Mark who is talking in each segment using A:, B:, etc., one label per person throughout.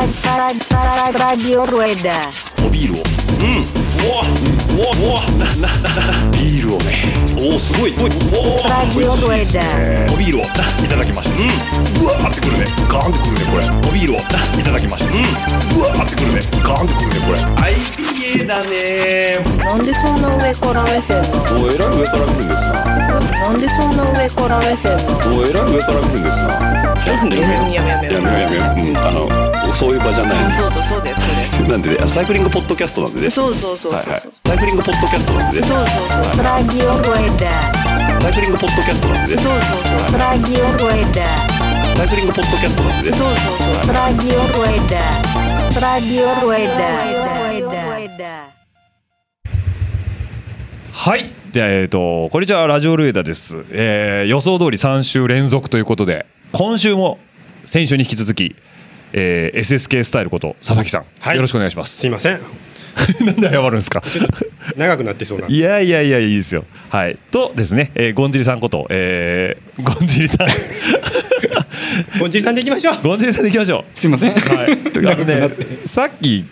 A: ラジオルエダ
B: おビールを
C: うんうわうわうわなななな
B: ビールをね
C: おおすごいおお
A: ラジオルエダ
B: おビールをないただきましたうんうわーってくるねガーンってくるねこれおビールをないただきましたうんうわーってくるねガーンってくるねこれ
C: IPA だね
D: なんでそんな上から目線なの
C: おえらい上から来るんですな
D: なんでそんな上から目線なの
C: おえらい上から来るんですなちょっとねやめ
D: やめや
C: やめやめやめうんあのそういう場じゃない
D: そうそうそうだよそうだよ
C: なんでねサイクリングポッドキャストなんでね
D: そうそうそうそうそう
C: はいはいサイクリングポッドキャストなんでね
D: そうそうそう
A: ラジオルエダ
C: サイクリングポッドキャストなんでね
D: そうそうそう
A: ラジオルエダ
C: サイクリングポッドキャストなんでね
D: そうそうそう
A: ラジオルエダラジオルエダ
B: はいでえっ、とこんにちはラジオルエダです、えー、予想通り3週連続ということで今週も先週に引き続き、えー、SSK スタイルこと佐々木さん、
E: はい
B: よろしくお願いします
E: すいません
B: なんで謝るんです か
E: 長くなってそうなんで
B: いやいやいや、いいですよ。はい。とですね、えー、ゴンジリさんこと、えー、ゴンジリさん、
E: ぼんじりさんでいきましょう
B: ゴンジリさんでいきましょ
F: すいません。
B: う。はい。 あのね、さっき、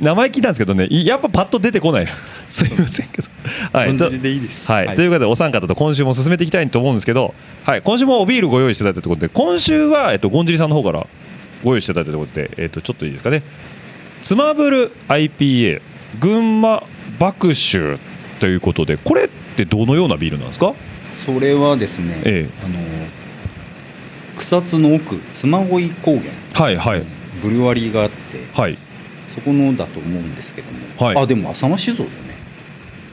B: 名前聞いたんですけどね、いやっぱパッと出てこないです。すいませんけど。は
F: ゴ
B: い。
F: ン
B: と
F: ジリでいいです
B: はい。
F: はい
B: ということで、お三方と今週も進めていきたいと思うんですけど、はい。今週もおビールご用意していただいたということで、今週は、えっと、ゴンジリさんの方からご用意していただいたということで、えっと、ちょっといいですかね。つまぶる IPA、群馬爆酒ということで、これってどのようなビールなんですか
F: それはですね、
B: え
F: あの草津の奥嬬恋高原、
B: え、はいはい
F: ブルワリーがあって
B: はい
F: そこのだと思うんですけども、
B: はい
F: あでも浅間酒造だね。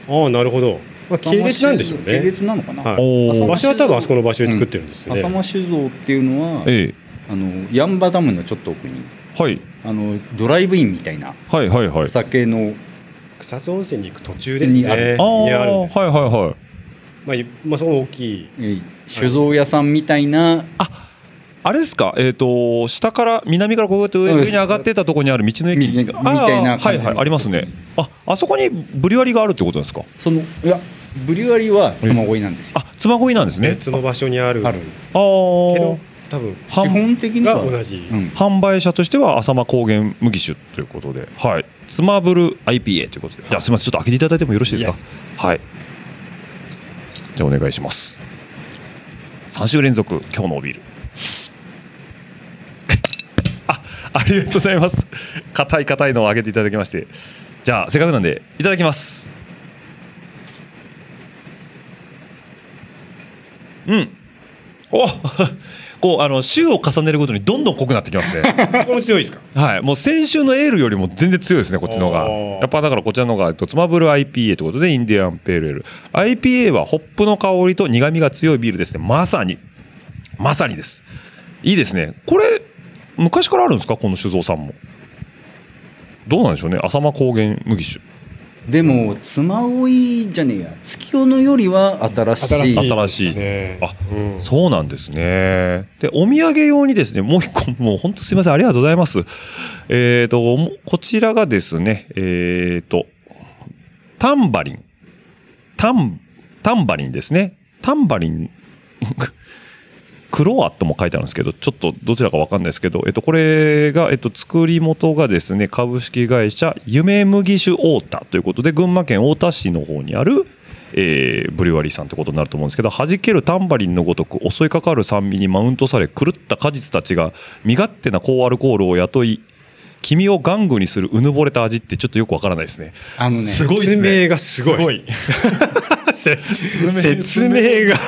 E: ああなるほど、まあ、系列なんでしょう
F: 系
E: ね
F: 列なのかな。
E: はい
B: おー
E: 場所は多分あそこの場所で作ってるんですよね、
F: 浅間酒造っていうのは、
B: え
F: あのヤンバダムのちょっと奥に
B: え、はい
F: あのドライブインみたいな
B: はいはいはい
F: お酒の
E: 草津温泉に行く途中ですね
F: にある
B: ああ
E: いやあるんです、
B: はいはいはい
E: まあい、まあそこも大きい
F: えー酒造屋さんみたいな
B: あれですかえっ、と下から南からこうやって上
F: うん
B: 上に上がってたところにある道の駅
F: みみたいな感じ
B: あーはいはいありますねああそこにブリュワリがあるってことですか
F: そのいやブリュワリーは嬬恋なんですよ。
B: あ妻恋なんですね
E: 別の場所にある
F: ある
B: あ
E: けど
B: ー
E: 多分
F: 基
B: 販
F: 本的に
E: が
F: は
E: 同じ、
F: うん
B: 販売者としては浅間高原麦酒ということではいつまぶる IPA ということでじゃあすみませんちょっと開けていただいてもよろしいですかはいじゃあお願いします3週連続今日のおビール あありがとうございます硬い硬いのを開けていただきましてじゃあせっかくなんでいただきますうんおこうあの週を重ねるごとにどんどん濃くなってきますね
E: ここも強いですか
B: はい、もう先週のエールよりも全然強いですね、こっちの方が。
E: おー
B: やっぱだからこちらの方が、えっとつまぶる IPA ということで、インディアンペールエール。IPA はホップの香りと苦味が強いビールですね。まさに。まさにです。いいですね。これ、昔からあるんですかこの酒造さんも。どうなんでしょうね。浅間高原麦酒。
F: でも妻追いじゃねえや月夜のよりは新しい
E: 新しい
B: 新しい
E: ね
B: あ
E: うん
B: そうなんですね。で、お土産用にですね、もう一個、 もう本当すいません、ありがとうございます。えっ、と、もこちらがですね、えっ、と、タンバリン。タン、タンバリンですね。タンバリン、クロワとも書いてあるんですけど、ちょっとどちらかわかんないですけど、えっと、これが、えっと、作り元がですね、株式会社、夢麦酒太田ということで、群馬県太田市の方にある、えー、ブリュワリーさんってことになると思うんですけど、弾けるタンバリンのごとく襲いかかる酸味にマウントされ、狂った果実たちが、身勝手な高アルコールを雇い、君を玩具にするうぬぼれた味ってちょっとよくわからないですね。
F: あのね
B: すごいです
E: 説
B: ね。
E: 明がすごい
B: ごい。
E: 説明が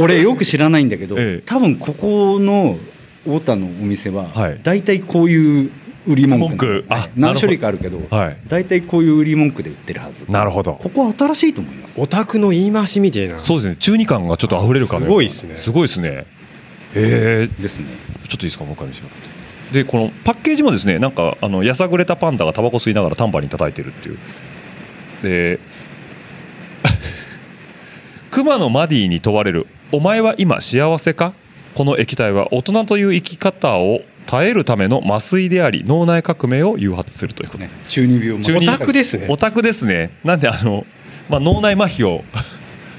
F: 俺よく知らないんだけ ど、
B: ええ
F: 多分ここの太田のお店は
B: はい
F: 大体こういう売り文句,、
B: 文句あなる
F: 何
B: ほど
F: 種類かあるけど
B: はい。
F: 大体こういう売り文句で売ってるはず
B: なるほど。
F: ここは新しいと思います
E: オタクの言い回しみたいな
B: そうですね。中二感がちょっと溢れるかのような
E: すごいっすね
B: すごいですね。ええ
F: ですね
B: ちょっといいですか、もう一回見せてもらって。で、このパッケージもですね、なんか、あの、やさぐれたパンダがタバコ吸いながらタンバリン叩いてるっていう。で、 熊のマディに問われる、お前は今幸せかこの液体は大人という生き方を耐えるための麻酔であり、脳内革命を誘発するということ。
F: ね中二病も
B: 中
E: オ
B: 二
E: タクですね
B: オタクですね。なんで、あの、まあ、脳内麻痺を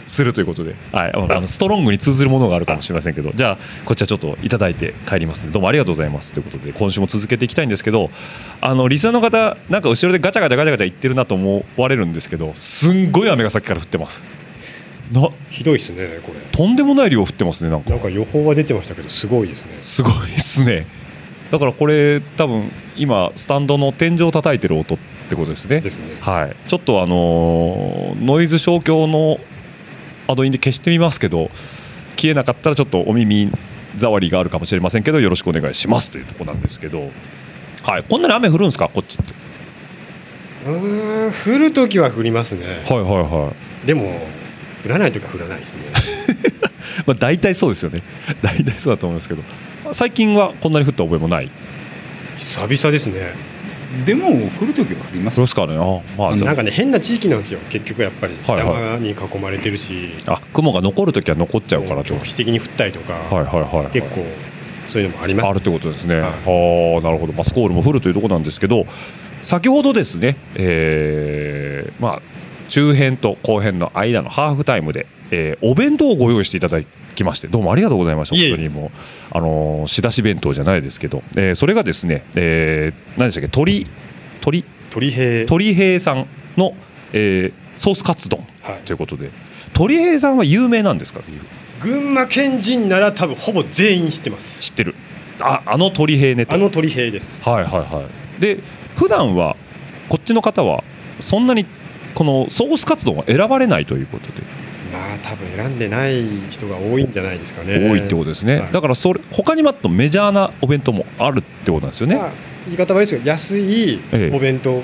B: するということで、はい、あのあのストロングに通ずるものがあるかもしれませんけどじゃあこっちはちょっといただいて帰りますんでどうもありがとうございますということで今週も続けていきたいんですけどあのリスナーの方なんか後ろでガチャガチャガチャガチャ言ってるなと思われるんですけどすんごい雨がさっきから降ってますな
E: ひどいですねこれ
B: とんでもない量降ってますねなんか
E: なんか予報は出てましたけどすごいですね
B: すごいですねだからこれ多分今スタンドの天井を叩いてる音ってことですね
E: ですね
B: はい、ちょっとあのーノイズ消去のアドインで消してみますけど消えなかったらちょっとお耳障りがあるかもしれませんけどよろしくお願いしますというところなんですけど、はい、こんなに雨降るんですかこっちって
E: うーん降るときは降りますね
B: はいはいはい、
E: でも降らないときは降らないですね
B: まあ、大体そうですよね 大体そうだと思いますけど最近はこんなに降った覚えもない
E: 久々ですね
F: でも降るときは降ります
B: そうですからねあ、まあ、でも
E: なんかね変な地域なんですよ結局やっぱり、
B: はいはい
E: 山に囲まれてるし
B: あ雲が残るときは残っちゃうからってこ
E: 局地的に降ったりとか、
B: とはいはいはい、はい、
E: 結構そういうのもあります、
B: あるってことですね。
E: はい
B: ああ、なるほど。まあ、スコールも降るというところなんですけど、先ほどですね、えーまあ、中編と後編の間のハーフタイムで、えーお弁当をご用意していただきまして、どうもありがとうございました。
E: いえいえ
B: 本当にもう、あのー仕出し弁当じゃないですけど、えーそれがですね、えー何でしたっけ、鳥、鳥、
E: 鳥平
B: 鳥平さんの、えーソースカツ丼
E: はい
B: ということで、鳥平さんは有名なんですか
E: 群馬県人なら多分ほぼ全員知ってます
B: 知ってる。あ、あの鳥平ねって
E: あの鳥平です
B: はいはいはいで普段はこっちの方はそんなにこのソースカツ丼は選ばれないということで、
E: まあ多分選んでない人が多いんじゃないですかね
B: 多いってことですね、
E: はい
B: だからそれ他にもっとメジャーなお弁当もあるってことなんですよね、
E: まあ、言い方悪いですけど安い
B: ええ
E: お弁当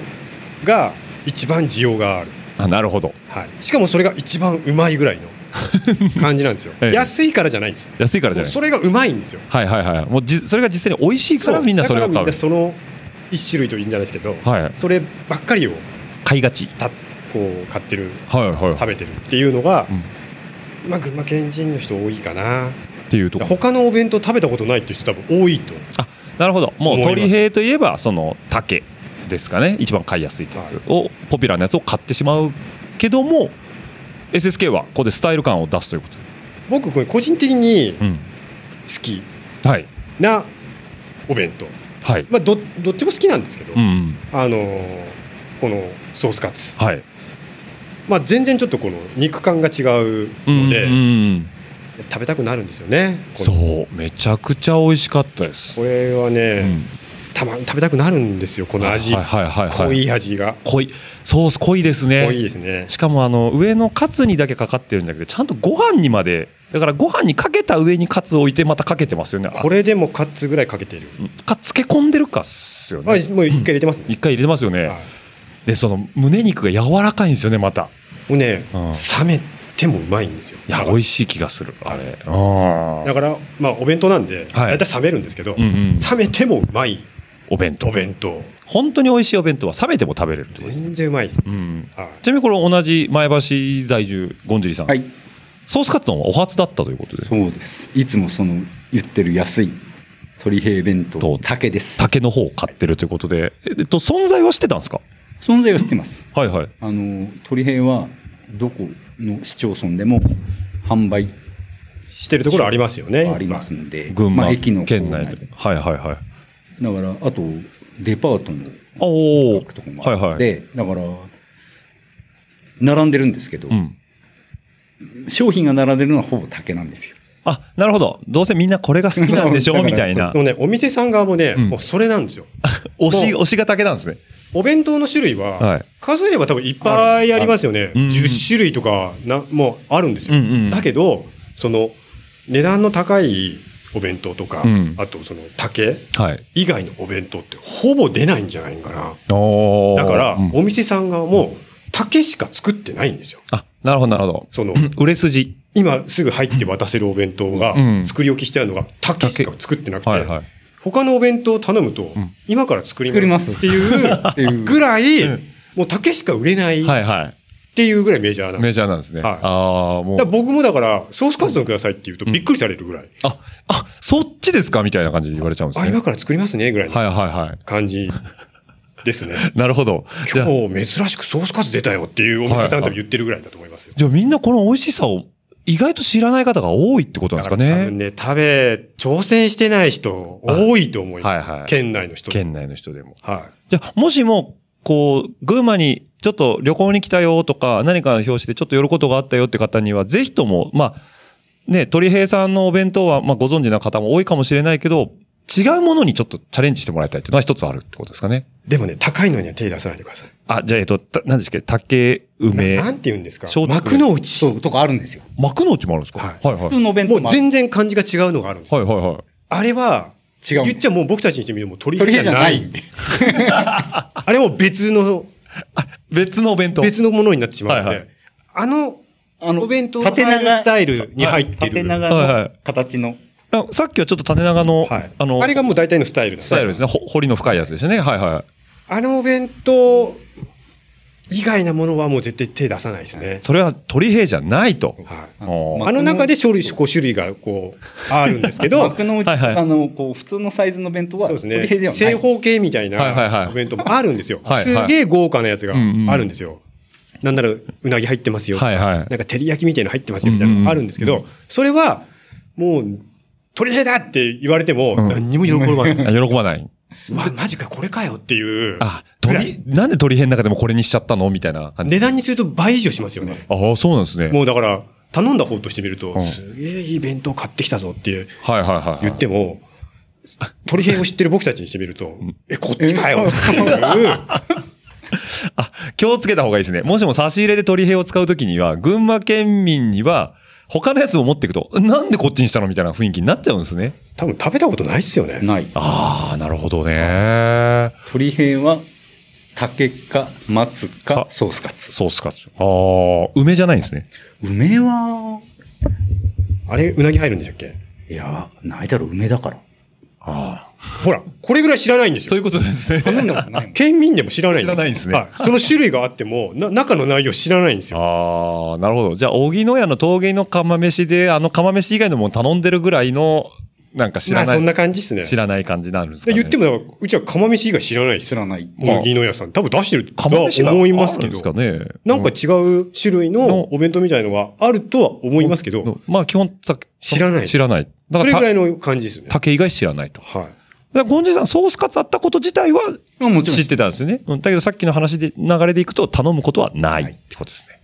E: が一番需要がある、
B: あなるほど
E: はい、しかもそれが一番うまいぐらいの感じなんですよ、
B: ええ
E: 安いからじゃないんです
B: 安いからじゃない
E: それがうまいんですよ
B: はいはいはいもうじそれが実際に美味しいからみんなそれを
E: だか
B: 買
E: らみ
B: うん
E: なその一種類といいんじゃないですけど、
B: はい
E: そればっかりを
B: 買いがち
E: たこう買ってる
B: はいはい
E: 食べてるっていうのが、
B: うん
E: まあ、群馬県人の人多いかな
B: っていうとこ
E: 他のお弁当食べたことないっていう人多分多いと
B: なるほどもう
E: 思います
B: 鳥平といえばその竹ですかね一番買いやすいってやつを、ポピュラーなやつを買ってしまうけども SSK はここでスタイル感を出すということで
E: 僕これ個人的に好
B: うん
E: き
B: はい
E: なお弁当、
B: はい。
E: まあ、どどっちも好きなんですけど、
B: うん。
E: あのーこのソースカツ、
B: はい。
E: まあ、全然ちょっとこの肉感が違うので、
B: うん。
E: 食べたくなるんですよねこ
B: そ
E: れ
B: う、めちゃくちゃ美味しかったです。
E: これはね、
B: うん
E: たまに食べたくなるんですよこの味、
B: はいはいはいはい。
E: 濃。い味が
B: 濃い。ソース濃いですね。
E: 濃いですね
B: しかもあの上のカツにだけかかってるんだけど、ちゃんとご飯にまで。だからご飯にかけた上にカツを置いてまたかけてますよね。あ
E: これでもカツぐらいかけている、
B: うんか漬け込んでるかっすよ
E: まあ、
B: ね。
E: もう一回入れてますね、
B: 一回入れてますよね。
E: はい
B: で、その胸肉が柔らかいんですよね、また。
E: もうね、
B: うん
E: 冷めてもうまいんですよ
B: いや、
E: だか
B: 美
E: ら
B: 味しい気がする。あれ。あ
E: だからまあお弁当なんで、
B: はい
E: 大体冷めるんですけど、
B: うんうん
E: 冷めてもうまい
B: お弁当
E: お。弁当
B: 本当に美味しいお弁当は冷めても食べれるという。
E: 全然うまいです、
B: うん。
E: はい
B: ちなみにこれ同じ前橋在住、ゴンジリさん。
F: はい
B: ソースカツ丼はお初だったということで。
F: そうですいつもその言ってる安い鳥平弁
B: ど
F: 当
B: う
F: 竹です
B: 酒の方を買ってるということで。えっと、存在はしてたんですか
F: 存在は知ってます
B: はいはい。
F: あの鳥平はどこの市町村でも販売
E: してるところありますよね
F: ありますんで
B: 群
F: ま
B: 馬
F: あ駅の
B: 県
F: 構
B: 内で。はいはいはい。あ
F: だからあとデパートの
B: お
F: とこ
B: ー
F: も
B: はい
F: あっ
B: は
F: て、
B: い。
F: だから並んでるんですけど、
B: うん。
F: 商品が並んでるのはほぼ竹なんですよ
B: あ、なるほど。どうせみんなこれが好きなんでし
F: そ
B: ょ
F: うだ
B: み
F: から
B: たいな
E: で。もねお店さん側もね、
B: うん
E: もうそれな んですよ
B: 推し、
E: も
B: 推しが竹なんですね。
E: お弁当の種類は、
B: はい
E: 数えれば多分いっぱいありますよね、
B: るうん
E: 10種類とかなもうあるんですよ、
B: うんうん
E: だけどその値段の高いお弁当とか、
B: うん
E: あとその竹
B: はい。
E: 以外のお弁当ってほぼ出ないんじゃないかな
B: おー
E: だから、
B: うん
E: お店さん側も竹しか作ってないんですよ
B: あ、なるほどなるほど。
E: その
B: うん売れ筋。
E: 今すぐ入って渡せるお弁当が、
B: うん
E: 作り置きしてあるのが竹しか作ってなくて、
B: はいはい。
E: 他のお弁当を頼むと、今から作りますって
F: 作って
E: い
F: いうう
E: ぐら い、もう竹しか売れないっ
B: はいは。
E: ていうぐらいメジャーない
B: メジャーなんですね。
E: はい
B: ああ、もう
E: だから。僕もだから、ソースカツ丼くださいって言うとびっくりされるぐらい。
B: あ、あ、そっちですかみたいな感じで言われちゃうんです
E: あ、
B: ね。
E: 今から作りますねぐらい
B: は
E: の
B: いはいはい。
E: 感じですね。
B: なるほど。 じゃ
E: 今
B: あ、
E: 日珍しくソースカツ出たよっていうお店さんと言ってるぐらいだと思いますよ。
B: じゃあみんなこの美味しさを意外と知らない方が多いってことなんですか
E: だから多分
B: ね。
E: ね、食べ、挑戦してない人多いと思います。
B: はいはい
E: 県内の人。
B: 県内の人でも。
E: は
B: じゃあ、もしも、こう、群馬にちょっと旅行に来たよとか、何かの表紙でちょっと寄ることがあったよって方には、ぜひとも、まあ、ね、鳥平さんのお弁当は、まあ、ご存知の方も多いかもしれないけど、違うものにちょっとチャレンジしてもらいたいっていうのは一つあるってことですかね。
E: い。でもね、高いのには手出さないでください。
B: あ、じゃあ、えっと、た何でしたっけ竹、梅
E: な。なんて言うんですか
B: 焼酎
E: 幕の内。
F: そう、とかあるんですよ。
B: 幕の内もあるんですか
E: は
B: はいはい。
F: 普通のお弁
E: も
F: 当
E: う
F: もある
E: 全然感じが違うのがあるんですよ。
B: はいはいはい。
E: あれは、
F: 違うん
E: 言っ
F: で。
E: ちゃもう僕たちにしてみるもう鳥
F: 鳥
E: じ
F: 平じ
E: ゃ
F: ゃ
E: な
F: ないい
E: ん
F: ん
E: で
F: で。。
E: あれも別の、
B: 別のお弁当。
E: 別のものになってしまうの
B: はいは
E: で、あの、
F: あの
E: お弁当の
F: 縦長
E: スタイルに入ってる
F: 縦
B: はいは
F: 長の
B: い
F: 形の。
B: あさっきはちょっと縦長の、
E: はい。
B: あの、
E: あれがもう大体のスタイルなん
B: スタイルですね。ほ彫りの深いやつでしたね。はいはい。
E: あのお弁当以外なものはもう絶対手出さないですね。
B: それは鳥平じゃないと。
E: はい。
B: おー
F: ま
E: あの中で種類、5種類がこう、あるんです けど、
F: 枠の内、
B: はいはい
F: あの、こう、普通のサイズの弁当は、
E: そうです
F: 鳥平で
E: ね。
F: はな
E: 正
F: い。
E: 方形みたい
B: はいはいはい。
E: なお弁当もあるんですよ
B: はいはい
E: すげえ豪華なやつが
B: うんうん
E: あるんですよ。なんならうなぎ入ってますよ。
B: はいはい
E: なんか照り焼きみたいなの入ってますよみたいなのがあるんですけど、それはもう、鳥平だって言われても、
B: うん
E: 何にも喜ばない。
B: あ喜ばない。
E: うわ、マジか、これかよっていう。
B: あ、
E: ぐら
B: 鳥
E: い、
B: なんで鳥編の中でもこれにしちゃったのみたいな感じ。
E: 値段にすると倍以上しますよね。
B: ああ、そうなんですね。
E: もうだから、頼んだ方としてみると、
B: ん
E: すげえいい弁当買ってきたぞっていう
B: はいはいはいはい。
E: 言っても、鳥平を知ってる僕たちにしてみると、え、こっちかよっ ていう。
B: あ、気をつけた方がいいですね。もしも差し入れで鳥平を使うときには、群馬県民には、他のやつも持っていくと、なんでこっちにしたのみたいな雰囲気になっちゃうんですね。
E: 多分食べたことないっすよね。
F: ない。
B: ああ、なるほどね。
F: 鳥平は、竹か、松か、
B: あ
F: ソースカツ。
B: ソースカツ。ああ、梅じゃないんですね。
F: 梅は、
E: あれ、うなぎ入るんでしたっけ
F: いや、ないだろ、梅だ から。
B: ああ。
E: ほら、これぐらい知らないんです
B: そうい
E: よ。
B: うことです ね。
F: 頼んだことないもん。
E: 県民でも知らないんです
B: 知らないんですね
E: はいその種類があっても、な中の内容知らないんですよ。
B: ああ、なるほど。じゃあ、荻野屋の陶芸の釜飯で、あの釜飯以外のもの頼んでるぐらいの、なんか知ら
E: ま
B: な
E: あ
B: い、
E: そんな感じっすね。
B: 知らない感じになるんですか、
E: で
B: ね、
E: 言ってもだから、うちは釜飯以外知らないっす
F: 知
E: よ。
F: らない。
E: もう技能屋さん。多分出してると
B: 釜飯が
E: は思いますけ
B: あるんです
E: ど
B: か。ね。
E: なん
B: う
E: か違う種類
B: の
E: のお弁当みたいのはあるとは思いますけど、
B: んまあ、基本さ、
E: 知らないです
B: 知らない。だ
E: そ
B: か
E: れ
B: ら
E: ぐら
B: た、
E: いの感じですよね。
B: 竹以外知らないと。だか
E: はい。
B: ら、ゴンジさん、ソースカツあったこと自体は
F: まあもちろん
B: 知っ。てたんですよね。うん、だけど、さっきの話で、流れでいくと、頼むことはないってことですね。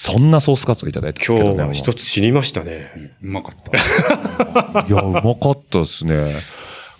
B: そんなソースカツをいただいたんです
E: 今
B: けどね
E: 日は一つ知りましたね。
F: うまかった。
B: いや、うまかったですね。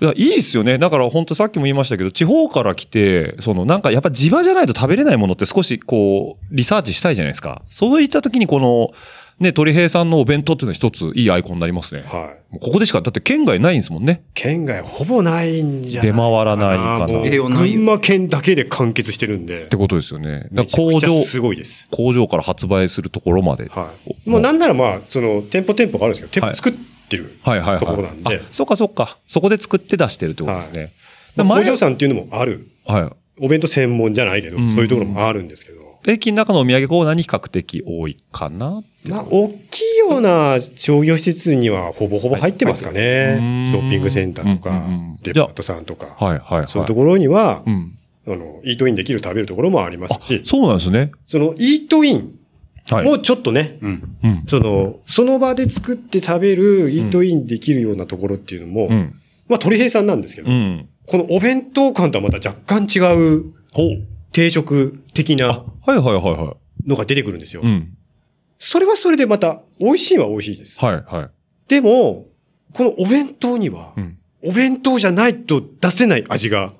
B: いや、いいですよね。だから本当さっきも言いましたけど、地方から来て、そのなんかやっぱ地場じゃないと食べれないものって少しこう、リサーチしたいじゃないですか。そういった時にこの、ね、鳥平さんのお弁当っていうのは一ついいアイコンになりますね。
E: はい。
B: もうここでしか、だって県外ないんですもんね。
E: 県外ほぼないんじゃない
B: 出回らないかな
E: もう
F: 栄養ないよ
E: 群馬県だけで完結してるんで
B: って。ことですよね。だか
E: めち
B: ら
E: ゃ
B: 工
E: くち
B: 場
E: ゃ、すごいです。
B: 工場から発売するところまで。
E: はい。もうなんならまあ、その、店舗店舗があるんですけど、
B: は
E: 店
B: い
E: 舗作ってる
B: はいはいはい。
E: ところなんで
B: あ、、そうかそうか。そこで作って出してるってことですね。だから
E: 工
B: 前
E: 場さんっていうのもある。
B: はい。
E: お弁当専門じゃないけど、
B: う
E: そうんいうところもあるんですけど。
B: 駅の中のお土産コーナーに比較的多いかな
E: まあ、大きいような商業施設にはほぼほぼ入ってますかね。
B: はい
E: ショッピングセンターと
B: うん
E: か
B: うんうん、
E: デパートさんとか、
B: はいはいはい。
E: そういうところには、
B: うん。
E: あの、イートインできる食べるところもありま
B: あ
E: すし、
B: そうなんですね。
E: そのイートイン
B: はい。
E: もちょっとね、
F: うん。
B: うん。
E: その、その場で作って食べる、イートインできるようなところっていうのも、
B: うん。
E: まあ、鳥平さんなんですけど、
B: うん。
E: このお弁当感とはまた若干違う
B: ほう。
E: 定食的な
B: はいはいはいは
E: のが出てくるんですよ
B: い。う。ん。
E: それはそれでまた、美味しいは美味しいです。
B: はいはい。
E: でも、このお弁当には
B: う、ん。
E: お弁当じゃないと出せない味が、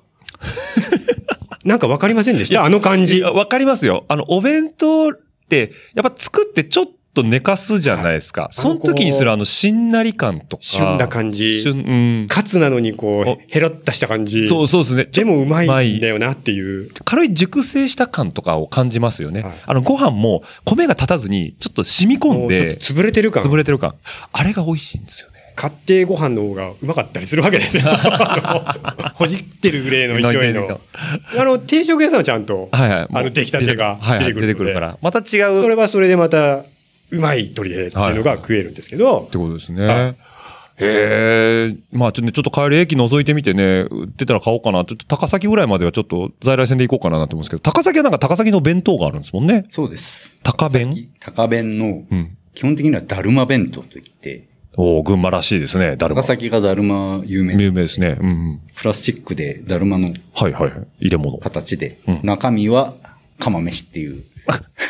E: なんかわかりませんでしたあの感
B: い
E: じ。
B: や、わかりますよ。あの、お弁当って、やっぱ作ってちょっと寝かすじゃないですか。その時にするあの、しんなり感とか。
E: 旬な感じ。
B: 旬、うん。
E: カツなのにこ
B: お
E: う、ヘラッとした感じ。
B: そうそうですね。
E: でもうま
B: うま
E: い
B: い
E: んだよなっていう。
B: 軽い熟成した感とかを感じますよね。
E: はい
B: あの、ご飯も米が立たずに、ちょっと染み込ん
E: もうちょっ
B: で、
E: と潰れてる感
B: 潰れてる感。あれが美味しいんですよね。
E: 家庭ご飯の方がうまかったりするわけ ですよ。あのほじってるぐらいの勢いの。あの、定食屋さんはちゃんと、
B: はいはい。
E: あの出来たてが
B: はいはい
E: 出てくるので
B: 出てくるから。また違う。
E: それはそれでまた、うまい鳥でっていうのが食えるんですけど、
B: ってことです
E: は
B: ね。へえ、まあちょっとね、ちょっと帰り駅覗いてみてね、売ってたら買おうかな。ちょっと高崎ぐらいまではちょっと在来線で行こうかななんて思うんですけど、高崎はなんか高崎の弁当があるんですもんね。
F: そうです。
B: 高弁
F: 高弁の
B: う、ん。
F: 基本的にはだるま弁当といって、
B: おー群馬らしいですね、だるま
F: 高。崎がだるま有名。
B: 有名ですね。うんうん。
F: プラスチックでだるまの
B: はいはいはい。入れ物。
F: 形で、
B: うん
F: 中身は釜飯っていう。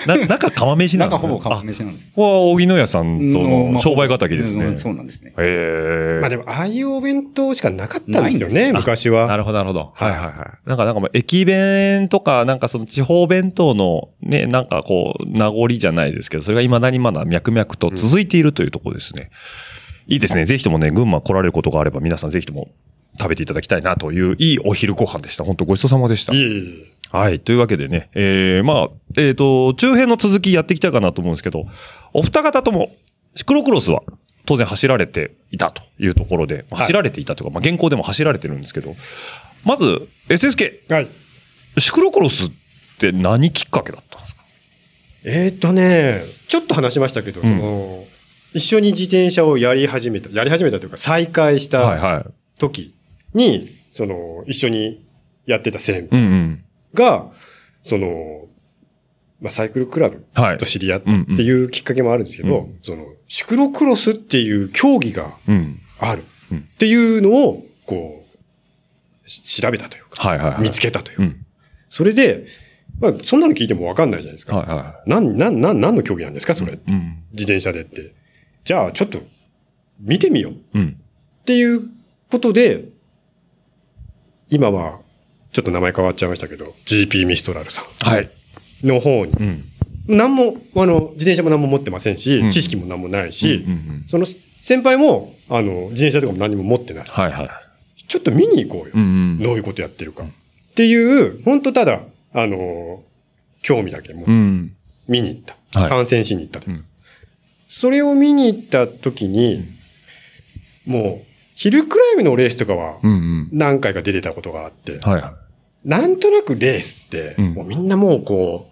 B: な、中釜飯なん
F: 中
B: です
F: ほ
B: ね
F: ぼ釜飯なんです。
B: あここは、荻野屋さんと
F: ま
B: の
F: あ
B: 商売敵です
F: う
B: ね。
F: んそうなんですね。
B: へえ
E: まあでも、ああいうお弁当しかなかったんですよね、昔
B: な
E: は。
B: るほど、なるほど。はいはいはい。なんか、なんかもう、駅弁とか、なんかその地方弁当のね、なんかこう、名残じゃないですけど、それが未だにまだ脈々と続いているというところですね。いいですね。ぜひともね、群馬来られることがあれば、皆さんぜひとも食べていただきたいなという、いいお昼ご飯でした。本当ごちそうさまでした
E: い。えいえ。
B: はい。というわけでね、えー、まあ、えっ、と、中編の続きやっていきたいかなと思うんですけど、お二方とも、シクロクロスは当然走られていたというところで、まあ
E: はい
B: 走られていたというか、まあ、現行でも走られてるんですけど、まず、SSK、
E: はい。
B: シクロクロスって何きっかけだったんですか
E: えーっとね、ちょっと話しましたけど、
B: うん
E: その、一緒に自転車をやり始めた、やり始めたというか、再開し
B: はい
E: た
B: はい。
E: 時に、その、一緒にやってた専務
B: うんうん。
E: が、その、まあ、サイクルクラブ
B: はい
E: と。知り合ったっていうきっかけもあるんですけど、
B: うん
E: その、シクロクロスっていう競技が
B: うん。
E: ある
B: うん
E: っていうのを、こう、し調べたというか、
B: はいはいはい。
E: 見つけたというか、
B: うん。
E: それで、まあ、そんなの聞いてもわかんないじゃないですか。
B: はいは
E: なん、なん、なん、何の競技なんですか、それ。
B: い。うん。
E: 自転車でって。じゃあ、ちょっと、見てみようっ
B: うん。
E: ていうことで、今は、ちょっと名前変わっちゃいましたけど、GP ミストラルさ
B: はい。
E: んの方に、
B: うん。
E: 何も、あの、自転車も何も持ってませんし、
B: うん
E: 知識も何もない
B: うん
E: し
B: う、ん。
E: その、先輩も、あの、自転車とかも何も持ってない。
B: はいはい。
E: ちょっと見に行こうよ。
B: うんうん。
E: どういうことやってるか。っていう、ほんとただ、あの、興味だけも
B: うん。
E: 見に行った。
B: はい
E: 観戦しに行ったと、
B: うん
E: それを見に行った時に、もう、ヒルクライムのレースとかは
B: うんうん。
E: 何回か出てたことがあって、
B: はいはい。
E: なんとなくレースって、
B: うん
E: もうみんなもうこ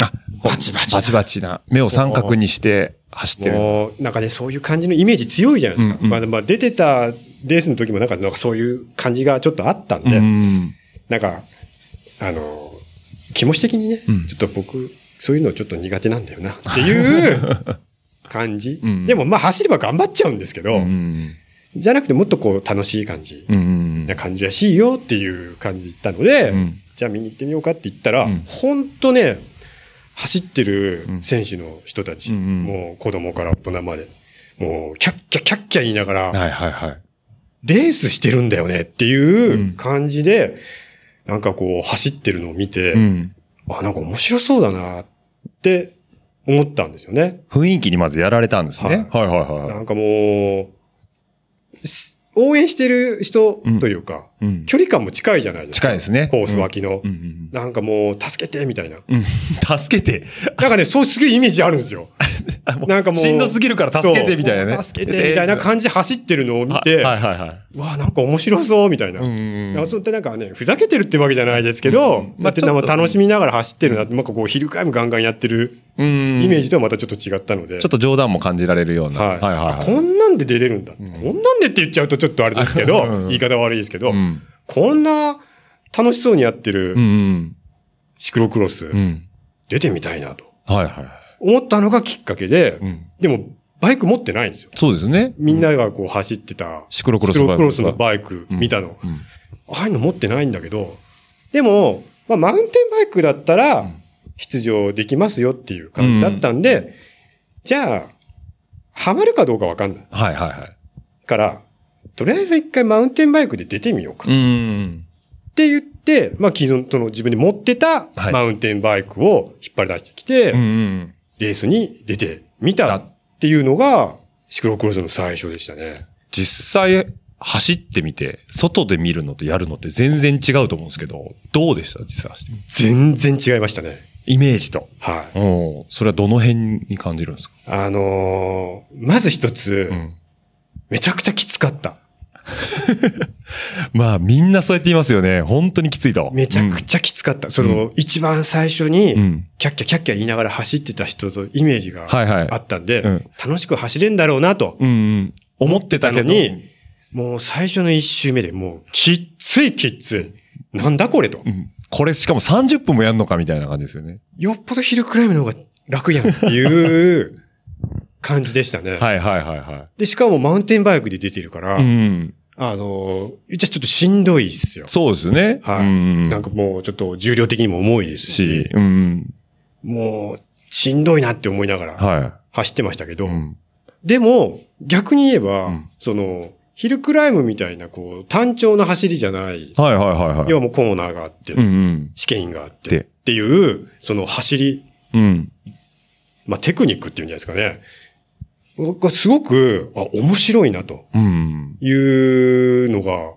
B: あ、
E: う、バチバチ。
B: バチバチな。目を三角にして走ってる。
E: もう、なんかね、そういう感じのイメージ強いじゃないですか。
B: うんうん
E: まあ、まあ、出てたレースの時もなんか、なんかそういう感じがちょっとあったん
B: う
E: で、
B: ん。
E: なんか、あの、気持ち的にね、
B: うん
E: ちょっと僕、そういうのちょっと苦手なんだよな、っていう 感じ。
B: うん
E: でもまあ走れば頑張っちゃうんですけど、
B: うん。
E: じゃなくてもっとこう楽しい感じ、
B: うん。
E: な感じらしいよっていう感じで行ったので、
B: うん
E: じゃあ見に行ってみようかって言ったら、
B: うん
E: ほんとね、走ってる
B: うん
E: 選手の人たち、
B: うんうん
E: もう子供から大人まで、もうキャッキャキャッキャ言いながら、
B: はいはいはい。
E: レースしてるんだよねっていう感じで、なんかこう走ってるのを見て、
B: うん。
E: あ、なんか面白そうだなって思ったんですよね。
B: 雰囲気にまずやられたんですね。はいはい
E: な
B: は
E: んかもう、す応援してる人というか、
B: い。うん。
E: 距離感も近いじゃないですか。
B: 近いですね。
E: コース脇の。
B: うんうん
E: なんかもう、助けてみたいな。
B: うん。うん。助けて。
E: なんかね、そうすげえイメージあるんで すよ。なんかもう。
B: しんどすぎるから助けてみたいなね
E: そう助けてみたいな感じで走ってるのを見て、
B: はいはいはい。
E: うわあなんか面白そうみたいな。
B: うん
E: なんかそうやってなんかね、ふざけてるってわけじゃないですけど、
B: うん
E: まあ、
B: まあちょっと
E: 楽しみながら走ってるなって、なんかこう、昼会もガンガンやってる
B: うん。
E: イメー
B: ジ。
E: ジとはまたちょっと違ったので。
B: ちょっと冗談も感じられるような。
E: はい。
B: はいはい
E: あこんなんで出れるんだ、
B: ん
E: こんなんでって言っちゃうとちょっとあれですけど、
B: うん
E: 言い方悪いですけど、
B: うん。
E: こんな楽しそうにやって
B: う
E: る
B: ん。
E: シクロクロス、
B: うん。
E: 出てみたいなと
B: はいはい。
E: 思ったのがきっかけで、
B: うん。
E: でもバイク持ってないんですよ。
B: そうですね。
E: みんながこう走ってた
B: シクロク
E: シ
B: ロス
E: クロクロスのバイク
B: うん
E: 見たの。
B: うん。
E: ああいうの持ってないんだけど、でも、まあ、マウンテンバイクだったら出場できますよっていう感じだったんで、じゃあ、ハマるかどうかわかんない。
B: はいはいはい。
E: から、とりあえず一回マウンテンバイクで出てみようか
B: う
E: っ
B: ん。
E: て言って、まあ既存その自分で持ってた
B: はい
E: マウンテンバイクを引っ張り出してきて、
B: うんうん。
E: レースに出てみたっていうのが、シクロクロスの最初でしたね。
B: 実際走ってみて、外で見るのとやるのって全然違うと思うんですけど、どうでした実際走ってみて
E: 全然違いましたね。
B: イメージと。
E: はい。
B: うん。それはどの辺に感じるんですか
E: あのーまず一つ、
B: ん。
E: めちゃくちゃきつかった。
B: まあみんなそうやって言いますよね。本当にきついと。
E: めちゃくちゃきつかった。その、一番最初
B: うん。う
E: に、
B: ん。
E: キャッキャキャッキャ言いながら走ってた人とイメージが
B: はいはい
E: あったんで、
B: うん
E: 楽しく走れんだろうなと
B: うんうん。思ってたけど。
E: 思ってたのにもう最初の一周目でもう、きっついきっつい。なんだこれと
B: う。んこれしかも30分もやんのかみたいな感じですよね。
E: よっぽどヒルクライムの方が楽やんっていう感じでし たね。
B: はいはいはいは
E: で、しかもマウンテンバイクで出てるから、
B: い。うん。
E: あの、言っちゃちょっとしんどいっすよ。
B: そうですね。
E: はい。
B: うん
E: なんかもうちょっと重量的にも重いですし、
B: し、うん。
E: もうしんどいなって思いながら
B: は
E: 走ってましたけ
B: い。
E: ど、
B: うん。
E: でも逆に言えば、
B: うん
E: その、ヒルクライムみたいなこう単調な走りじゃない、
B: はいはいはいはい。
E: 要はもうコーナーがあって、
B: うんうん。
E: 試験があっ
B: で
E: てっていう、その走り、
B: うん。
E: まあ、テクニックっていうんじゃないですかね。僕はすごく、あ、面白いなと
B: うん。
E: いうのが、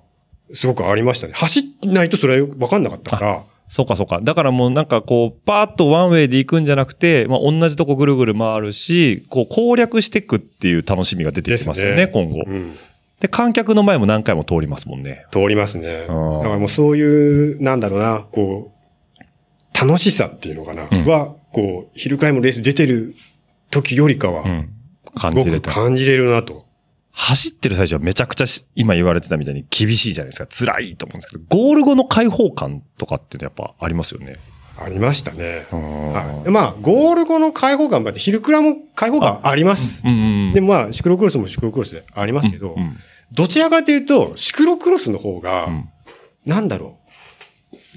E: すごくありましたね。走んないとそれ分かんなかったから、
B: そうかそうか。だからもうなんかこう、パーッとワンウェイで行くんじゃなくて、まあ同じとこぐるぐる回るし、こう攻略していくっていう楽しみが出てきてますよね、
E: です
B: 今後。
E: うん、
B: で、観客の前も何回も通りますもんね。
E: 通りますね。だか
B: ああ
E: らもうそういう、なんだろうな、こう、楽しさっていうのかな、
B: うん
E: は、こう、ヒルクライムレース出てる時よりかは
B: う、ん。
E: す
B: 感
E: ご
B: じれ
E: く
B: た。
E: 感じれるなと。
B: 走ってる最初はめちゃくちゃし今言われてたみたいに厳しいじゃないですか。辛いと思うんですけど、ゴール後の解放感とかってやっぱありますよね。
E: ありましたね。はい、
B: は
E: でまあ、ゴール後の開放感もあって、ヒルクラも開放感あります。
B: い。うん。
E: でもまあ、シクロクロスもシクロクロスでありますけど、
B: うん、
E: どちらかというと、シクロクロスの方が、
B: うん
E: なんだろう。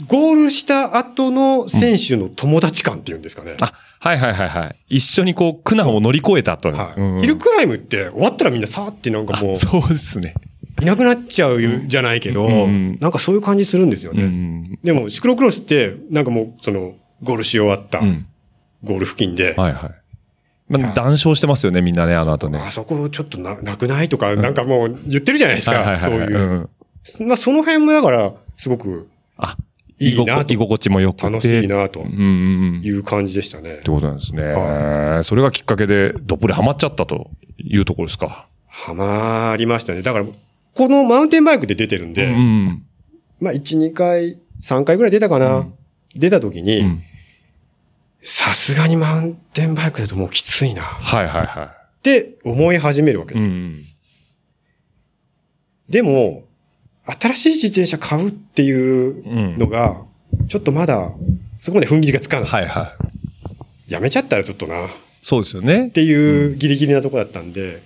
E: ゴールした後の選手の友達感っていうんですかね。
B: あ、はいはいはいはい。一緒にこう、苦難を乗り越えたと。
E: はい
B: うん
E: ヒルクライムって終わったらみんなさーってなんかも
B: あ
E: う
B: そうですね。
E: いなくなっちゃうじゃないけど、
B: うんうん
E: なんかそういう感じするんですよ
B: う
E: ね。
B: ん。
E: でもシクロクロスってなんかもうそのゴールし終わった
B: うん。
E: ゴール付近で、
B: はいはい。まあ、談笑してますよね、みんなね、あの後ね。
E: あそこちょっとななくないとかなんかもう言ってるじゃないです
B: はいはい
E: か、
B: は
E: そう
B: い
E: い
B: はい。
E: う。
B: ん
E: まあその辺もだからすごく
B: あ、
E: いいなと
B: 居心地も良くて。
E: 楽しいなと
B: うんうんうん。
E: いう感じでしたね
B: って。ことなんですね。
E: は
B: それがきっかけでどっぷりハマっちゃったというところですか。
E: はまりましたね。だから、このマウンテンバイクで出てるんで、
B: うん。
E: まあ、1、2回、3回ぐらい出たかな。
B: うん
E: 出た時
B: う
E: に
B: ん、
E: さすがにマウンテンバイクだともうきついな。っ
B: はいはいは
E: て思い始めるわけ
B: い。
E: です。
B: ん。
E: でも、新しい自転車買うっていう
B: うん
E: のが、ちょっとまだ、そこまで踏ん切りがつかない。
B: はいはい。
E: やめちゃったらちょっとな。
B: そうですよね
E: っ。ていうギリギリなとこだったんで、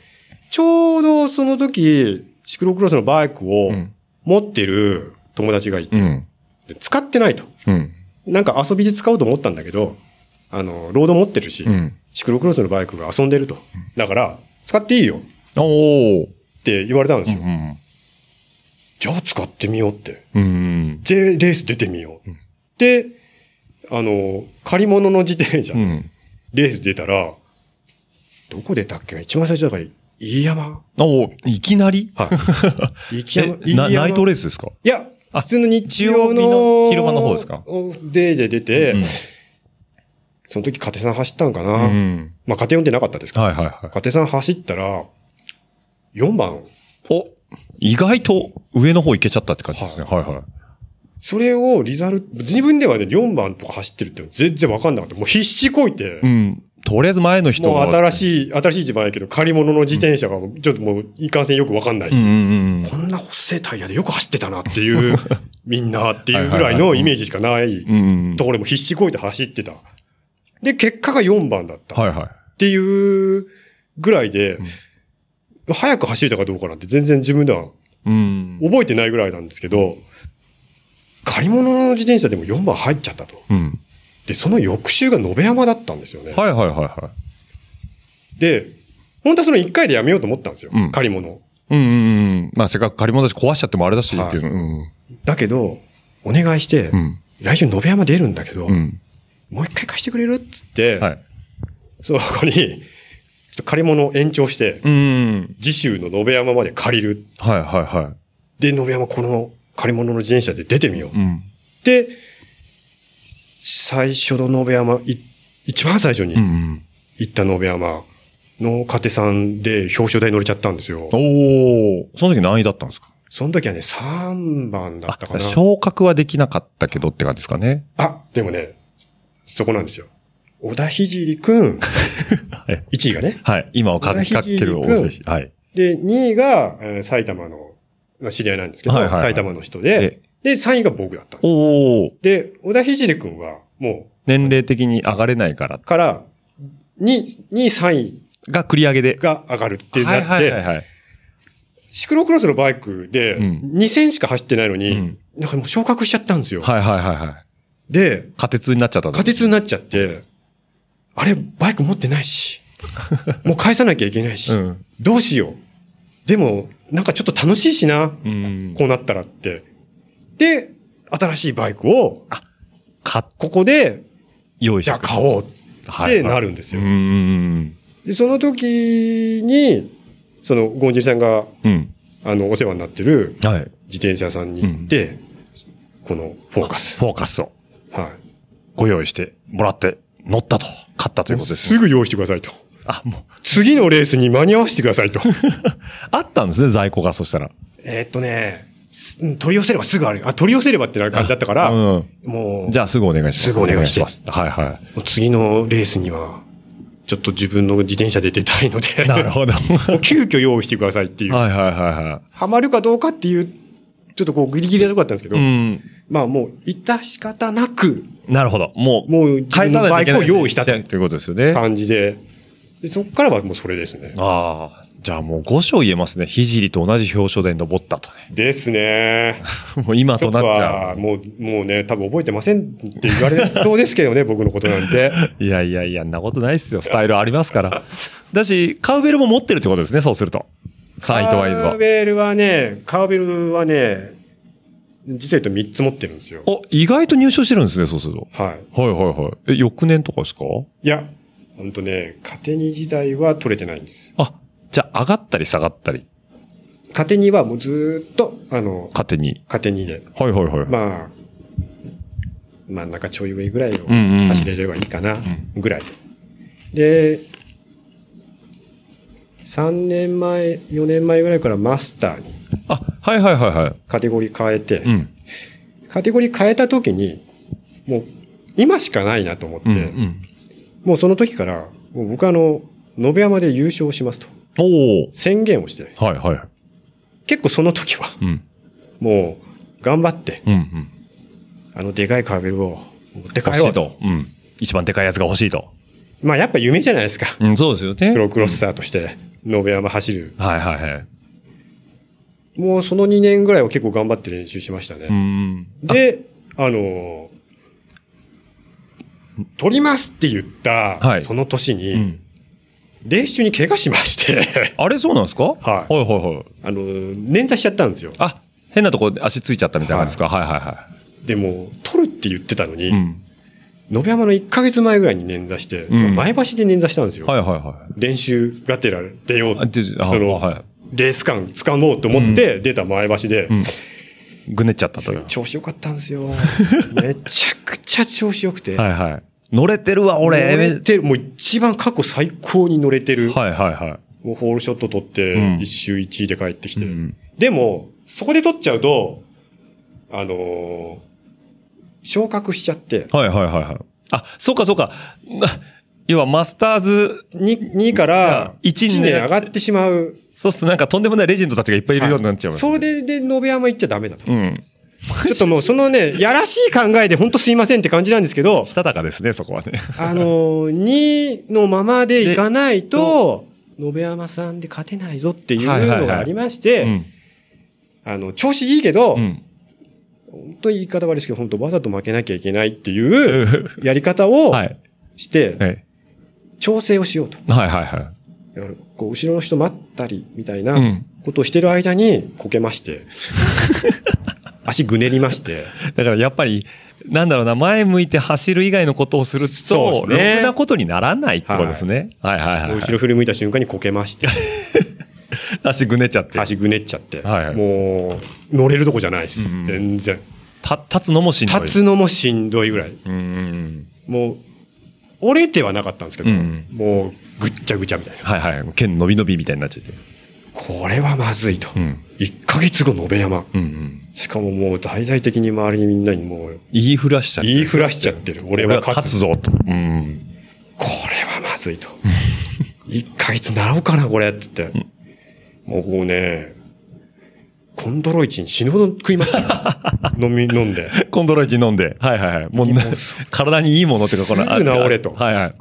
E: ちょうどその時、シクロクロスのバイクを
B: うん
E: 持ってる友達がいて、
B: うん。
E: で使ってないと。
B: うん。
E: なんか遊びで使おうと思ったんだけど、あの、ロード持ってるし、
B: うん。
E: シクロクロスのバイクが遊んでると。だから、使っていいよっ
B: おー。
E: て言われたんですよ。
B: ん。
E: じゃあ使ってみようって。
B: うん。
E: J レース出てみよう。で、あの、借り物の自転車、
B: うん。
E: レース出たら、どこ出たっけな一番最初だから、飯山
B: おーいきなり
E: はい。 飯山
B: えな
E: 飯山
B: ナイトレースですか
E: いや、
B: あ
E: 普通の日
B: 日曜日
E: 曜
B: の
E: の
B: 昼間の方ですか
E: デーで出て、
B: うん
E: その時、カテさん走ったんか
B: う
E: な、
B: ん。
E: まあ、カテ呼んでなかったですか
B: はいはいはい。
E: カテさん走ったら、4番。
B: お意外と上の方行けちゃったって感じですね。はいはい。
E: それをリザル、自分ではね、4番とか走ってるって全然わかんなかった。もう必死こいて、
B: うん。とりあえず前の人
E: もう
B: は。
E: 新しい、新しい自分やけど、借り物の自転車がもうちょっともう、いかんせんよくわかんないし、
B: うんうん
E: こんな細いタイヤでよく走ってたなっていう、みんなっていうぐらいのイメージしかない
B: うん。うんうん。
E: ところも必死こいて走ってた。で、結果が4番だった。っ
B: はいはい。
E: ていうぐらいで、早く走れたかどうかなんて全然自分では
B: うん。
E: 覚えてないぐらいなんですけど、借り物の自転車でも4番入っちゃったと。
B: うん。
E: で、その翌週が野辺山だったんですよね。
B: はいはいはいは
E: で、本当はその1回でやめようと思ったんですよ。
B: うん
E: 借り物。
B: い。うんうんうん。まあせっかく借り物だし壊しちゃってもあれだしっていうの。うん
E: だけど、お願いして、
B: うん。
E: 来週野辺山出るんだけど、
B: うん。
E: もう一回貸してくれるっつって、
B: はい。
E: そこに、ちょっと借り物を延長して、
B: うん。
E: 次週の野辺山まで借りる
B: はいはいは
E: で、信山この借り物の自転車で出てみよう。
B: い。うん。
E: で、最初の信山、い一番最初に
B: うん。
E: 行った信山の家庭さんで表彰台乗れちゃったんですよ
B: お。お。その時何位だったんですか
E: その時はね、3番だ
B: あ
E: ったかな。
B: 昇格はできなかったけどって感じですかね。
E: あ、でもね、そそこなんですよ。小田ひじりくん、
B: はい。
E: 1位がね。
B: はい。今をかけかけるお寿司。はい。
E: で、2位が、えー埼玉の、まあ知り合いなんですけど、
B: はいはいはい
E: 埼玉の人で、で、3位が僕だったんで
B: おお
E: す。で、小田聖くんは、も
B: 年齢的に上がれないから
E: う、。から、2、2位、3位
B: が繰り上げで。
E: が上がるってな
B: は
E: っ
B: い
E: て、
B: はいはいはい。
E: シクロクロスのバイクで、
B: うん
E: 2000しか走ってないのに、
B: うん
E: なんかもう昇格しちゃったんですよ。
B: はいはいはいはい。
E: で、
B: 過鉄になっちゃったんだ
E: 過鉄になっちゃって、あれ、バイク持ってな いし、もう返さなきゃいけないし、
B: うん
E: どうしよう。でも、なんかちょっと楽しいしな、
B: うん。
E: こうなったらって。で、新しいバイクを、
B: か、
E: ここで、
B: 用意し
E: じ
B: て
E: ゃあ買おうってなるんです
B: う
E: よ
B: ん。うん
E: で、その時に、その、ゴンジさんが、
B: うん。うん。
E: あの、お世話になってる
B: はい。
E: 自転車屋さんに行って、この、フォーカス。
B: フォーカスを
E: は
B: ご用意してもらって、乗ったと。買ったという
E: い。
B: ことです、
E: す
B: ね。
E: ぐ用意してくださいと。
B: あ、もう、
E: 次のレースに間に合わせてくださいと。
B: あったんですね、在庫が、そしたら。
E: えーっとね、すうん取り寄せればすぐある。あ、取り寄せればってな感じだったから、
B: うん。
E: もう、
B: じゃあ、すぐお願いします。
E: すぐお願いして
B: す。はいは
E: もう次のレースには、ちょっと自分の自転車で出たいので、
B: い。 なるほど。は
E: もう急遽用意してくださいってい。
B: いうはいはいは
E: ハマるかどうかっていう、ちょっとこうギリギリなとこだったんですけど、
B: い。うん。
E: まあもう、いた仕方なく、
B: なるほど。もう、
E: もう自
B: 返
E: 分
B: さ
E: の
B: な
E: バ
B: い
E: イ
B: と
E: ク
B: い
E: を
B: けない
E: 用意した
B: ということですよね。
E: 感じで、でそっからはもうそれですね。
B: ああ。じゃあもう5章言えますね。ひじりと同じ表彰で登ったとね。
E: ですね。
B: もう今
E: ちょ
B: と
E: っ
B: な
E: と
B: っちゃ
E: は、もう、もうね、多分覚えてませんって言われそうですけどね、僕のことなんて。
B: う。いやいやいや、んなことないっすよ。スタイルありますから。だし、カウベルも持ってるってことですね、そうすると。3位とワイド
E: カー
B: は。
E: ベルはね、カーベルはね、実際言うと3つ持ってるんですよ。
B: お、意外と入賞してるんですね、そうすると。
E: はい。
B: はいはいはい。え、翌年とかですか
E: いや、ほんとね、カテニ時代は取れてないんです。
B: あ、じゃあ上がったり下がったり、
E: カテニはもうずーっと、あの、
B: 勝手に。
E: カテニで、
B: はいはいはい。
E: まあ、真ん中ちょい上ぐらいを
B: うんうん
E: 走れればいいかな、ぐらい。で、3年前、4年前ぐらいからマスターに
B: あ、はいはいはいはい。
E: カテゴリー変えて、
B: うん。
E: カテゴリー変えた時に、もう今しかないなと思って、
B: うん、うん。
E: もうその時から、もう僕はあの、延山で優勝しますと
B: お
E: 宣言をして、
B: おはいはい。
E: 結構その時は、
B: うん。
E: もう頑張って、
B: うんうん。
E: あのでかいカーベルを持って帰
B: 欲
E: ろ
B: し
E: う
B: い
E: と。
B: と。うん。一番でかいやつが欲しいと。
E: まあやっぱ夢じゃないですか。
B: うん、そうですよね。
E: シクロクロスターとして、延山走る。
B: はいはいはい。
E: もうその2年ぐらいは結構頑張って練習しました
B: う
E: ね。
B: ん。
E: で、あのー取りますって言った、
B: はい
E: その年に、
B: うん
E: レース中に怪我しまして、
B: あれそうなんですかはい
E: は
B: は
E: い
B: いはい。
E: あのー捻挫しちゃったんですよ。
B: あ、変なとこで足ついちゃったみたいな感じですかはいはいは
E: でも、取るって言ってたのに、
B: い。うん。
E: 延山の1ヶ月前ぐらいに捻挫して、
B: うん
E: 前橋で捻挫したんですよ。
B: はいはいはい。
E: 練習がてら出よう
B: あで
E: そ
B: あ
E: の、
B: は
E: レース感掴もうと思って出た前橋で、
B: ぐねっちゃったという。
E: 調子良かった んですよ。めちゃくちゃ調子良くて。
B: はいはい。乗れてるわ、俺。
E: 乗れてる、もう一番過去最高に乗れてる、
B: はいはいはい。
E: もうホールショット取って、
B: うん
E: 一周一位で帰ってきて。
B: うん
E: でも、そこで取っちゃうと、あのー昇格しちゃって、
B: はいはいはいはい。あ、そうかそうか。 な要はマスターズ、
E: 2, 位から
B: いや一
E: 1
B: 位に
E: 年
B: ね
E: 上がってしまう。
B: そうするとなんかとんでもないレジェンドたちがいっぱいいるようになっちゃう、
E: それで、延山行っちゃダメだと。
B: うん。
E: ちょっともうそのね、やらしい考えで本当すいませんって感じなんですけ ど、
B: したたかですね、そこはね。
E: あのー、2のままでいかないと、延山さんで勝てないぞっていうのがありまし
B: う
E: て、
B: ん。
E: あの、調子いいけど、
B: うん。
E: 本当に言い方悪いですけど、本当わざと負けなきゃいけないっていうやり方を
B: はい。
E: して、
B: はい。
E: 調整をしようと。
B: はいはいは
E: だからこう後ろの人待ったりみたい
B: い。う。
E: なんことをしてる間にこけ まして、足ぐねりまして、
B: だからやっぱり、なんだろうな、前向いて走る以外のことをする
E: そう
B: と、
E: ですね
B: ろくなことにならないってことですね。はいはいはい。
E: 後ろ振り向いた瞬間にこけまして、
B: 足ぐねっちゃって。立
E: 足ぐねっちゃって、
B: はいはい
E: もう乗れるとこじゃないです、
B: うん
E: 全然。
B: 立つのもしんどい。
E: 立つのもしんどいぐらい。
B: うんうん
E: もう、折れてはなかったんですけど、
B: うん
E: もうぐっちゃぐちゃみたいな
B: うん。。はいはい。剣伸び伸びみたいになっちゃって。
E: これはまずいと。
B: うん。
E: 1ヶ月後、延山。
B: うんうん。
E: しかももう大々的に周りにみんなにもう
B: 言いふらしちゃって。
E: 言いふらしちゃってる。俺
B: 俺は
E: は
B: 勝
E: 勝
B: つ
E: つ。
B: ぞ、と。うん。
E: これはまずいと。1ヶ月なおうかな、これ、つって。もうね、コンドロイチン死ぬほど食いましたよ 飲み、飲んで。
B: コンドロイチン飲んで。はいはいはい。もうな、体にいいものっていうか、この。
E: すぐ治れと
B: はいは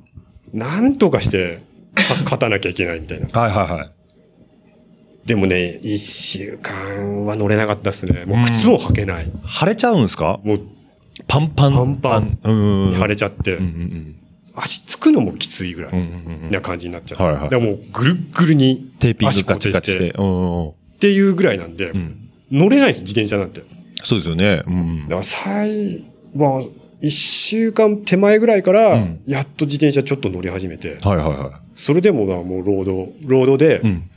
B: い。
E: なんとかして、か勝たなきゃいけないみたいな。
B: はいはいはい。
E: でもね、一週間は乗れなかったですね。もう靴も履けない。
B: 腫れちゃうんですか
E: もう
B: パンパン。
E: パンパン
B: あうん。
E: 腫れちゃって、
B: うん
E: 足つくのもきついぐら
B: うん。うんう
E: い
B: んうん。
E: な感じになっちゃって。
B: はいはい
E: だからもうぐるっぐるに
B: テーピング
E: 足
B: ガチガチ
E: 固
B: し
E: 定
B: て。うんうん。
E: っていうぐらいなんで、
B: うん
E: 乗れないです、自転車なんて。だか
B: そうですよね。うん。
E: ら最、まあ、一週間手前ぐらいから、
B: うん
E: やっと自転車ちょっと乗り始めて、
B: はいはいは
E: それでもな、もう労働、労働
B: い。
E: で、
B: うん。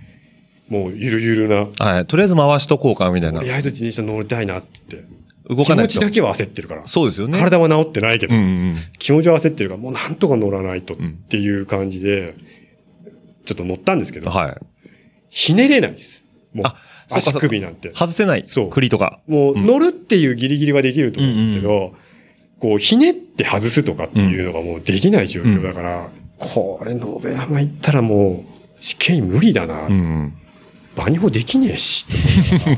E: もうゆるゆるな、
B: はい。とりあえず回しとこうか、みたいな
E: と。りあえず自転車乗りたいなって言って、
B: 動
E: 気
B: かな
E: 持
B: い
E: ち
B: と。
E: だけは焦ってるから、
B: そうですよね。
E: 体は治ってないけど、
B: うんうん。
E: 気持ちは焦ってるから、もうなんとか乗らないとっ
B: ん
E: ていう感じで、ちょっと乗ったんですけ
B: うん
E: ど、
B: はい。
E: ひねれないです。もう
B: あ、そうかそう
E: 足
B: か
E: 首なんて。
B: 外せない。
E: そう
B: 栗とか。
E: もう
B: うん
E: 乗るっていうギリギリはできると思うんですけど、こうひねって外すとかっていうのがもうできない状況だから、これ野辺山行ったらもう試験無理だな、
B: うん。
E: バニホできねえし。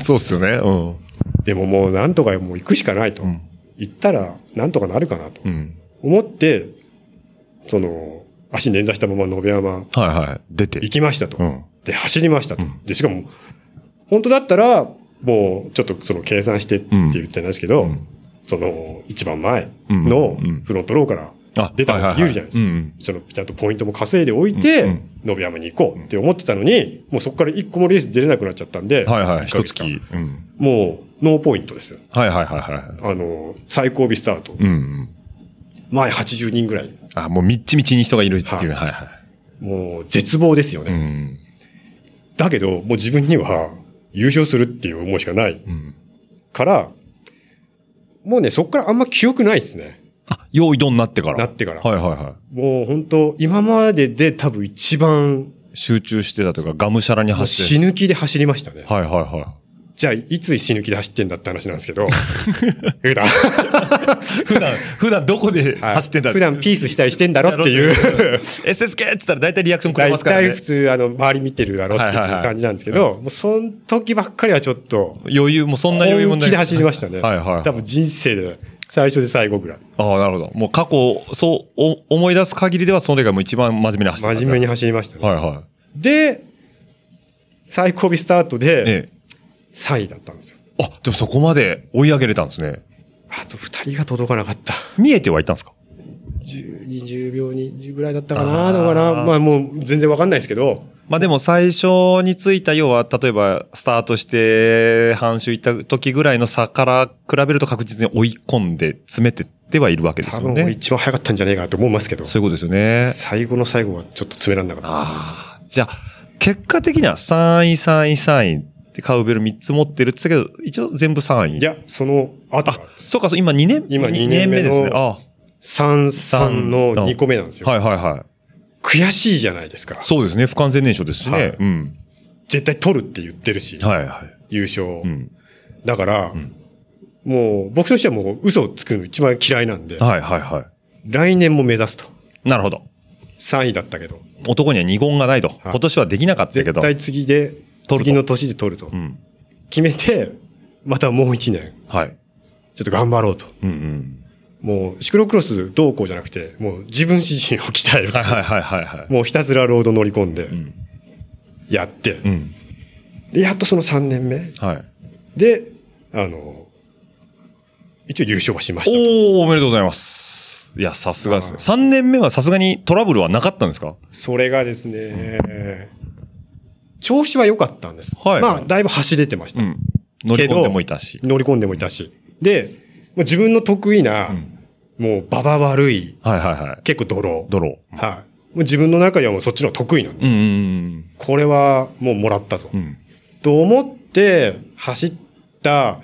B: そうですよね。うん。
E: でももうなんとかもう行くしかないと。
B: うん
E: 行ったらなんとかなるかなと
B: うん。
E: 思って、その、足捻挫したまま野辺山
B: はいはい。出て。
E: 行きましたと。
B: うん。
E: で、走りましたと
B: うん。
E: で、しかも、本当だったら、もう、ちょっとその計算してって言ってないですけど、
B: うん
E: その、一番前の
B: うんうん
E: フロントローから
B: あ
E: 出たって言うじゃないですか。
B: うん
E: その、ちゃんとポイントも稼いでおいて、
B: うんう
E: 伸び山に行こうって思ってたのに、もうそこから一個もレース出れなくなっちゃったんで、
B: うん。はいはい。
E: 一ヶ
B: 一
E: 月間
B: 月。うん。
E: もう、ノーポイントですよ。
B: はいはいはいは
E: あの、最後尾スタート
B: い。。うんうん。
E: 前80人ぐらい。
B: あ、もうみっちみちに人がいるっていう。はい
E: は
B: はい。
E: もう、絶望ですよね。
B: うん。
E: だけど、もう自分には、優勝するっていう思いしかない。
B: うん。
E: から、もうね、そこからあんま記憶ないですね。
B: あ、用意どんなってから。
E: なってから
B: はいはいは
E: もう本当今までで多分一番
B: い。集中してたというか、がむしゃらに
E: もう
B: 走
E: 死
B: って。
E: ぬ気で走りましたね。
B: はいはいは
E: じゃあ、いつ死ぬ気で走ってんだって話なんです けど。普段、
B: い。普段、 普段どこで
E: はい
B: 走ってんだ
E: 普段ピースしたりしてんだろって いう。
B: SSK って言ったら大体リアクションくれ
E: 大
B: ますから
E: 体普
B: ね。
E: 通、あの、周り見てるだろっていう
B: はいはいはい
E: 感じなんですけど、もうその時ばっかりはちょっと、
B: 余裕もそんな余裕も
E: 本
B: ない。
E: 気で走りましたね。
B: はいはいはい
E: 多分人生で最初で最後ぐらい。
B: ああ、なるほど。もう過去、そう、お思い出す限りでは、それがもう一番真面目に走ってた。
E: 真面目に走りましたね。
B: はいはい。
E: で、最後尾スタートで
B: え
E: 3位だったんですよ。
B: え。あ、でもそこまで追い上げれたんですね。
E: あと2人が届かなかった。
B: 見えてはいたんですか
E: 10 20秒20ぐらいだったかな
B: あー
E: どうかなまあもう全然わかんないですけど、
B: まあでも最初についた、要は、例えば、スタートして、半周行った時ぐらいの差から比べると確実に追い込んで、詰めてってはいるわけですよ
E: 多分俺
B: ね。
E: 一番早かったんじゃねえかなと思いますけど、
B: そういうことですよね。
E: 最後の最後はちょっと詰めらんなかったです。
B: ああ。じゃあ、結果的には3位、3位、3位ってカウベル3つ持ってるって言ってたけど、一応全部3位。
E: いや、その後
B: あ
E: が、
B: そうか、そう、今2年、
E: 今
B: 二
E: 二年目の
B: ですね。あ
E: 33の2個目なんです
B: あ。は
E: よ。
B: いはいはい。
E: 悔しいじゃないですか。
B: そうですね。不完全燃焼ですしね。
E: はい
B: うん。
E: 絶対取るって言ってるし、
B: はいはい。
E: 優勝
B: う。ん。
E: だから、
B: ん
E: もう僕としてはもう嘘をつくの一番嫌いなんで、
B: はいはいは
E: 来年も目指すと。
B: い。なるほど。
E: 3位だったけど、
B: 男には二言がないと。
E: い
B: 今年はできなかったけ
E: 絶
B: ど。
E: 対次で、
B: と
E: 次の年で取ると
B: う。ん。
E: 決めて、またもう1年、
B: はい。
E: ちょっと頑張ろうと。
B: うんうん。
E: もう、シクロクロスどうこうじゃなくて、もう自分自身を鍛える。
B: はいはいはいはいはい。
E: もうひたすらロード乗り込んで
B: う、ん。
E: やって、
B: うん。
E: で、やっとその3年目
B: はい。
E: で、あの、一応優勝はしましたと。
B: おおおめでとうございます。いや、さすがですね。
E: あー
B: 3年目はさすがにトラブルはなかったんですか
E: それがですね、調子は良かったんです。
B: はい
E: まあ、だいぶ走れてまし
B: う
E: た。
B: ん。乗り込んでもいたし。
E: 乗り込んでもいたし。で、もう自分の得意な、
B: ん
E: もう、馬場悪い、
B: はいはいはい。
E: 結構ドロー。
B: ドロー。
E: はい。もう自分の中ではもうそっちの方が得意なんで
B: うんうん
E: これはもうもらったぞ。
B: うんうん。うん。
E: と思って走った、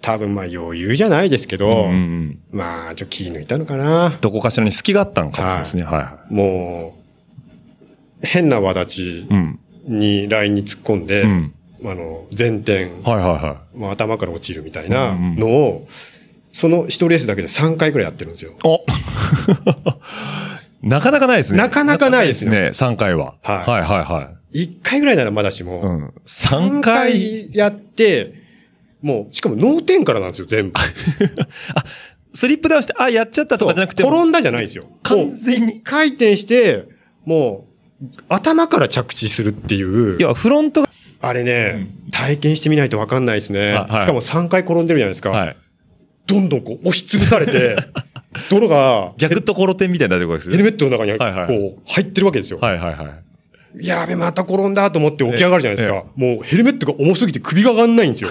E: 多分まあ余裕じゃないですけど、
B: うんうん
E: まあちょっと気抜いたのかな。
B: どこかしらに隙があったんかもしれないですね。はいは
E: もう、変な輪立ち
B: い。うん。
E: にラインに突っ込んで、
B: うん。
E: あの、前転、
B: はいはいは
E: もう頭から落ちるみたいな
B: うんうん
E: のを、その一レースだけで3回くらいやってるんですよ。
B: い。お なかなかないですね。
E: なかなかないですよ
B: ね。3回は。
E: はい
B: はいはいはい。
E: 1回ぐらいならまだしも、
B: うん。3回、
E: やって、もう、しかも脳天からなんですよ、全部。
B: スリップダウンして、あ、やっちゃったとかじゃなくて、
E: 転んだじゃないんですよ。
B: 完全に
E: もう一回転して、もう、頭から着地するっていう。
B: いや、フロントが、
E: あれね、体験してみないとわかんないですね。
B: はいはい
E: しかも3回転んでるじゃないですか。
B: はい。
E: どんどんこう押しつぶされ て、泥が
B: 逆ところてんみたいになってるわけです
E: ヘル
B: よ。
E: メットの中に
B: はいはい
E: こう入ってるわけですよ。
B: はいはいはい。
E: やべ、また転んだと思って起き上がるじゃないですか。もうヘルメットが重すぎて首が上がんないんですよ。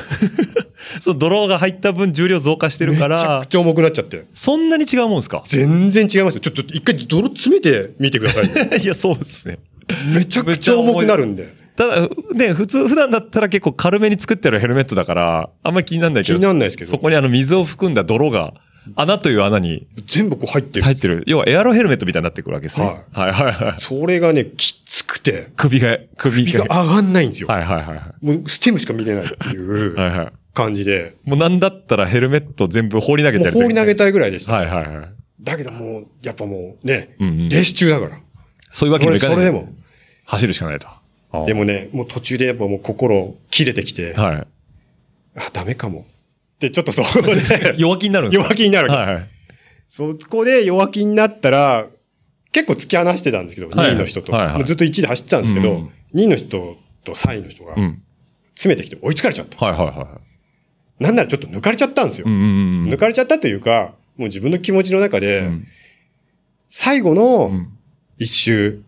B: そのドローが入った分重量増加してるか
E: めちゃ
B: ら
E: く、ちゃ重くなっちゃって。
B: そんなに違うもんですか
E: 全然違いますよ。ちょっと一回泥詰めてみてください。
B: いや、そうですね。
E: めちゃくちゃ重くなるんで。
B: ただ、ね、普通、普段だったら結構軽めに作ってあるヘルメットだから、あんまり気にならないけど。
E: 気になんないですけど
B: そこにあの水を含んだ泥が、穴という穴に
E: 全部こう入ってる。
B: 入ってる。要はエアロヘルメットみたいになってくるわけですね。
E: は
B: はい、はい、はい。
E: それがね、きつくて、
B: 首が、首
E: 首が
B: が。
E: 上がんないんですよ。
B: はいはいはいは
E: もうステムしか見れないっていう
B: い。はいはい。
E: 感じで、
B: もうなんだったらヘルメット全部放り投げ
E: も
B: て
E: う
B: や
E: 放り投げ
B: い。
E: たいぐらいでした。
B: はいはいはい。
E: だけどもう、やっぱもうね、
B: うんうん
E: レース中だから。
B: そういうわけ
E: そ
B: にも
E: れ
B: いか
E: そ
B: ない。
E: れでも。
B: 走るしかないと。ああ
E: でもね、もう途中でやっぱもう心切れてきて、
B: は
E: あ、ダメかも。で、ちょっとそこで
B: い。、弱気になるんですか
E: 弱気になる。
B: はいはい。
E: そこで弱気になったら、結構突き放してたんですけど、
B: はい
E: 2位の人と。
B: はいはい
E: もうずっと1位で走ってたんですけど、
B: うん
E: 2位の人と3位の人が
B: うん。
E: 詰めてきて追いつかれちゃった。
B: はいはいは
E: なんならちょっと抜かれちゃったんですよ。
B: い。うんうんうん。
E: 抜かれちゃったというか、もう自分の気持ちの中で、
B: うん
E: 最後
B: う
E: の
B: ん
E: 一周、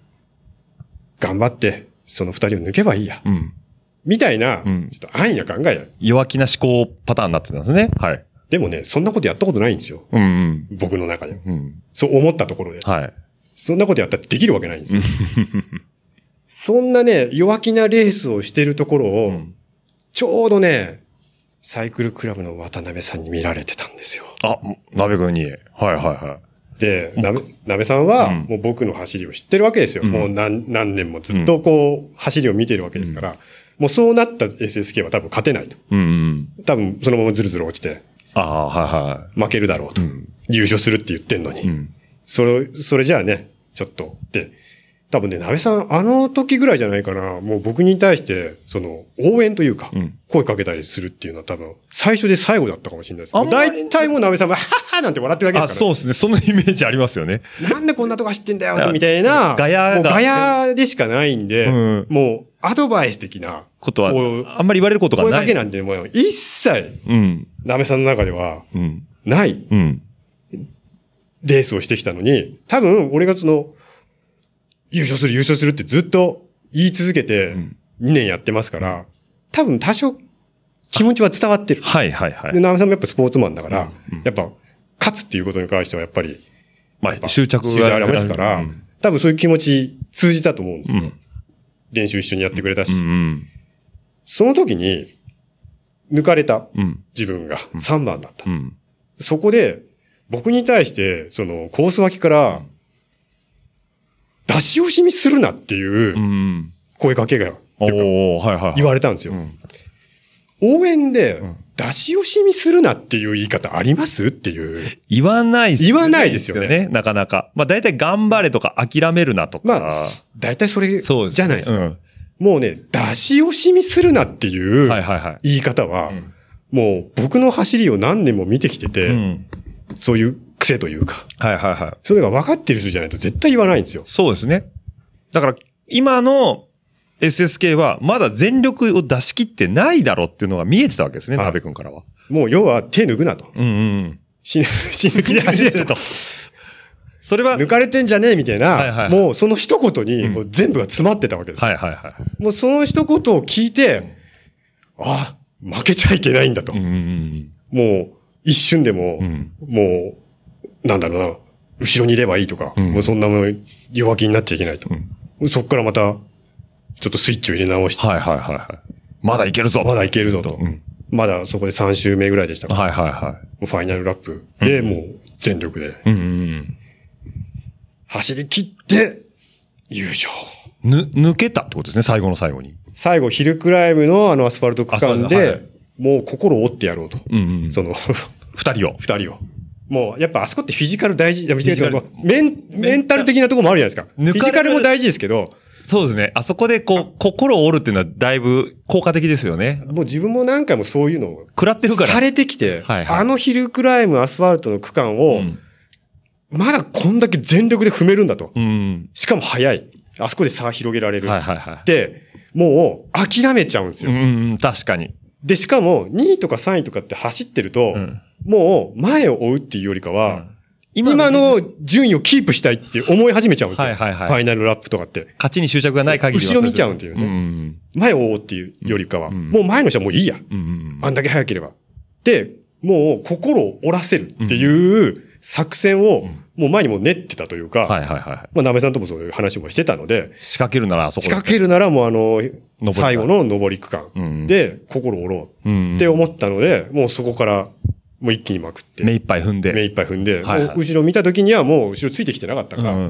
E: 頑張って、その二人を抜けばいいや。
B: うん。
E: みたいな、
B: うん
E: ちょっと安易な考えだ。
B: 弱気な思考パターンになってたんですね。はい。
E: でもね、そんなことやったことないんですよ。
B: うんうん。
E: 僕の中で。
B: うん。
E: そう思ったところで。
B: はい。
E: そんなことやったらできるわけないんですよ。そんなね、弱気なレースをしてるところを、
B: ん
E: ちょうどね、サイクルクラブの渡辺さんに見られてたんですよ。
B: あ、鍋くんに。はいはいは
E: で、なべ、なべさんは、
B: うん
E: もう僕の走りを知ってるわけですよ。
B: うん
E: もう何、何年もずっとこう、走りを見てるわけですから、もうそうなった SSK は多分勝てないと。
B: い。うんうん。
E: 多分そのままずるずる落ちて、
B: ああ、はいは
E: 負けるだろうと。
B: ん
E: 優勝するって言ってんのに。
B: い。うん。
E: それ、それじゃあね、ちょっと。で、多分ね、なべさん、あの時ぐらいじゃないかな、もう僕に対して、その、応援というか、
B: ん
E: 声かけたりするっていうのは多分、最初で最後だったかもしれないです。
B: あんまり
E: 大体もうなべさんは、はっはっなんて笑ってるだけで
B: あ、
E: すか
B: そう
E: ら
B: ですね。そのイメージありますよね。
E: なんでこんなとこ走ってんだよみたいな、
B: ガヤが
E: もうガヤでしかないんで、
B: うん
E: もうアドバイス的な
B: ことは、
E: こう
B: あんまり言われることが
E: 声
B: な
E: かけ
B: い。
E: なんてもう一切、
B: うん。
E: なべさんの中では
B: うん。
E: ない
B: うん。
E: レースをしてきたのに、多分俺がその、優勝する優勝するってずっと言い続けて
B: ん
E: 2年やってますから、多分多少気持ちは伝わってる。
B: はいはいは
E: で、
B: い。
E: なべさんもやっぱスポーツマンだから、
B: うんうん
E: やっぱ勝つっていうことに関してはやっぱり、
B: まあ、執着
E: がありますから、
B: うん。
E: 多分そういう気持ち通じたと思うんです
B: う
E: よ。
B: ん。
E: 練習一緒にやってくれたし、
B: うん。
E: その時に、抜かれた
B: うん。
E: 自分が3番だった。
B: うん。。
E: そこで、僕に対して、その、コース脇から、出し惜しみするなっていううん声かけが、
B: お
E: てか
B: おはいはいはい。
E: 言われたんですよ。
B: うん
E: 応援で
B: ん、
E: 出し惜しみするなっていう言い方ありますっていう。
B: 言わないっす
E: 言わないですよね
B: なかなか。まあ大体頑張れとか諦めるなとか。
E: まあ、大体それじ
B: そうですね。
E: ゃないですか。
B: うん。
E: もうね、出し惜しみするなっていう
B: はいはいはい。
E: 言い方は、
B: ん
E: もう僕の走りを何年も見てきてて、
B: うん。
E: そういう癖というか、
B: はいはいはい。
E: そういうのが分かってる人じゃないと絶対言わないんですよ。
B: そうですね。だから、今の SSK は、まだ全力を出し切ってないだろうっていうのが見えてたわけですね、
E: はい
B: 鍋くんからは。
E: もう要は手抜くなと。
B: うんうん。
E: 死ぬ、死ぬ気で走 れと。
B: それは、はい
E: 抜かれてんじゃねえみたいな、
B: はいはいはい
E: もうその一言にもう全部が詰まってたわけです。
B: はいは
E: もうその一言を聞いて、ああ、負けちゃいけないんだと。
B: い。うんうん
E: もう一瞬でも、
B: ん
E: もう、なんだろうな、後ろにいればいいとか、
B: うん
E: もうそんなもん弱気になっちゃいけないと。そっからまた、ちょっとスイッチを入れ直して、
B: はいはいはいはい。まだいけるぞ。
E: まだいけるぞと。
B: うん
E: まだそこで3周目ぐらいでしたから、
B: はいはいは
E: もうファイナルラップでもう全力で
B: い。うんうん
E: 走り切って優勝。
B: うん。ぬ、抜けたってことですね、最後の最後に。
E: 最後ヒルクライムのあのアスファルト区間
B: アスファルトは
E: で、もう心を折ってやろうと。
B: うんうん。
E: その、
B: 二人を。
E: 二人を。もう、やっぱあそこってフィジカル大事、いやフィジカル
B: フィジカ
E: メン、メンタル的なところもあるじゃないですか。フ
B: 抜かれ
E: ィ
B: る
E: ジカルも大事ですけど、
B: そうですね。あそこでこう、心を折るっていうのはだいぶ効果的ですよね。
E: もう自分も何回もそういうのを
B: 食らってるから。
E: されてきて、
B: はいはい
E: あのヒルクライム、アスファルトの区間を、
B: うん
E: まだこんだけ全力で踏めるんだと。
B: うん。
E: しかも速い。あそこで差広げられる。
B: はいはいはい。
E: で、もう諦めちゃうんです
B: う
E: よ。
B: んうん、確かに。
E: で、しかも2位とか3位とかって走ってると、
B: うん
E: もう前を追うっていうよりかは、
B: うん
E: 今の順位をキープしたいって思い始めちゃうんですよ。
B: はいはいはい
E: ファイナルラップとかって。
B: 勝ちに執着がない限りは
E: 後ろ見ちゃうんっていうね
B: ん
E: 前を追うっていうよりかは、
B: うん
E: もう前の人はもういいや。
B: うんうん
E: あんだけ速ければ。で、もう心を折らせるっていう作戦を、もう前にもう練ってたというか、
B: はいはいは
E: まあ、鍋さんともそういう話もしてたので
B: い。、仕掛けるならあそこ
E: 仕掛けるならもうあの
B: り、
E: 最後の上り区
B: うん
E: 間で心を折ろ
B: う。
E: うんって思ったので、もうそこからもう一気にまくって、
B: 目
E: 目
B: いっぱい踏んで。
E: いっぱい踏ん
B: は
E: で、
B: いはい
E: もう後ろ見た時にはもう後ろついてきてなかったから、
B: うんう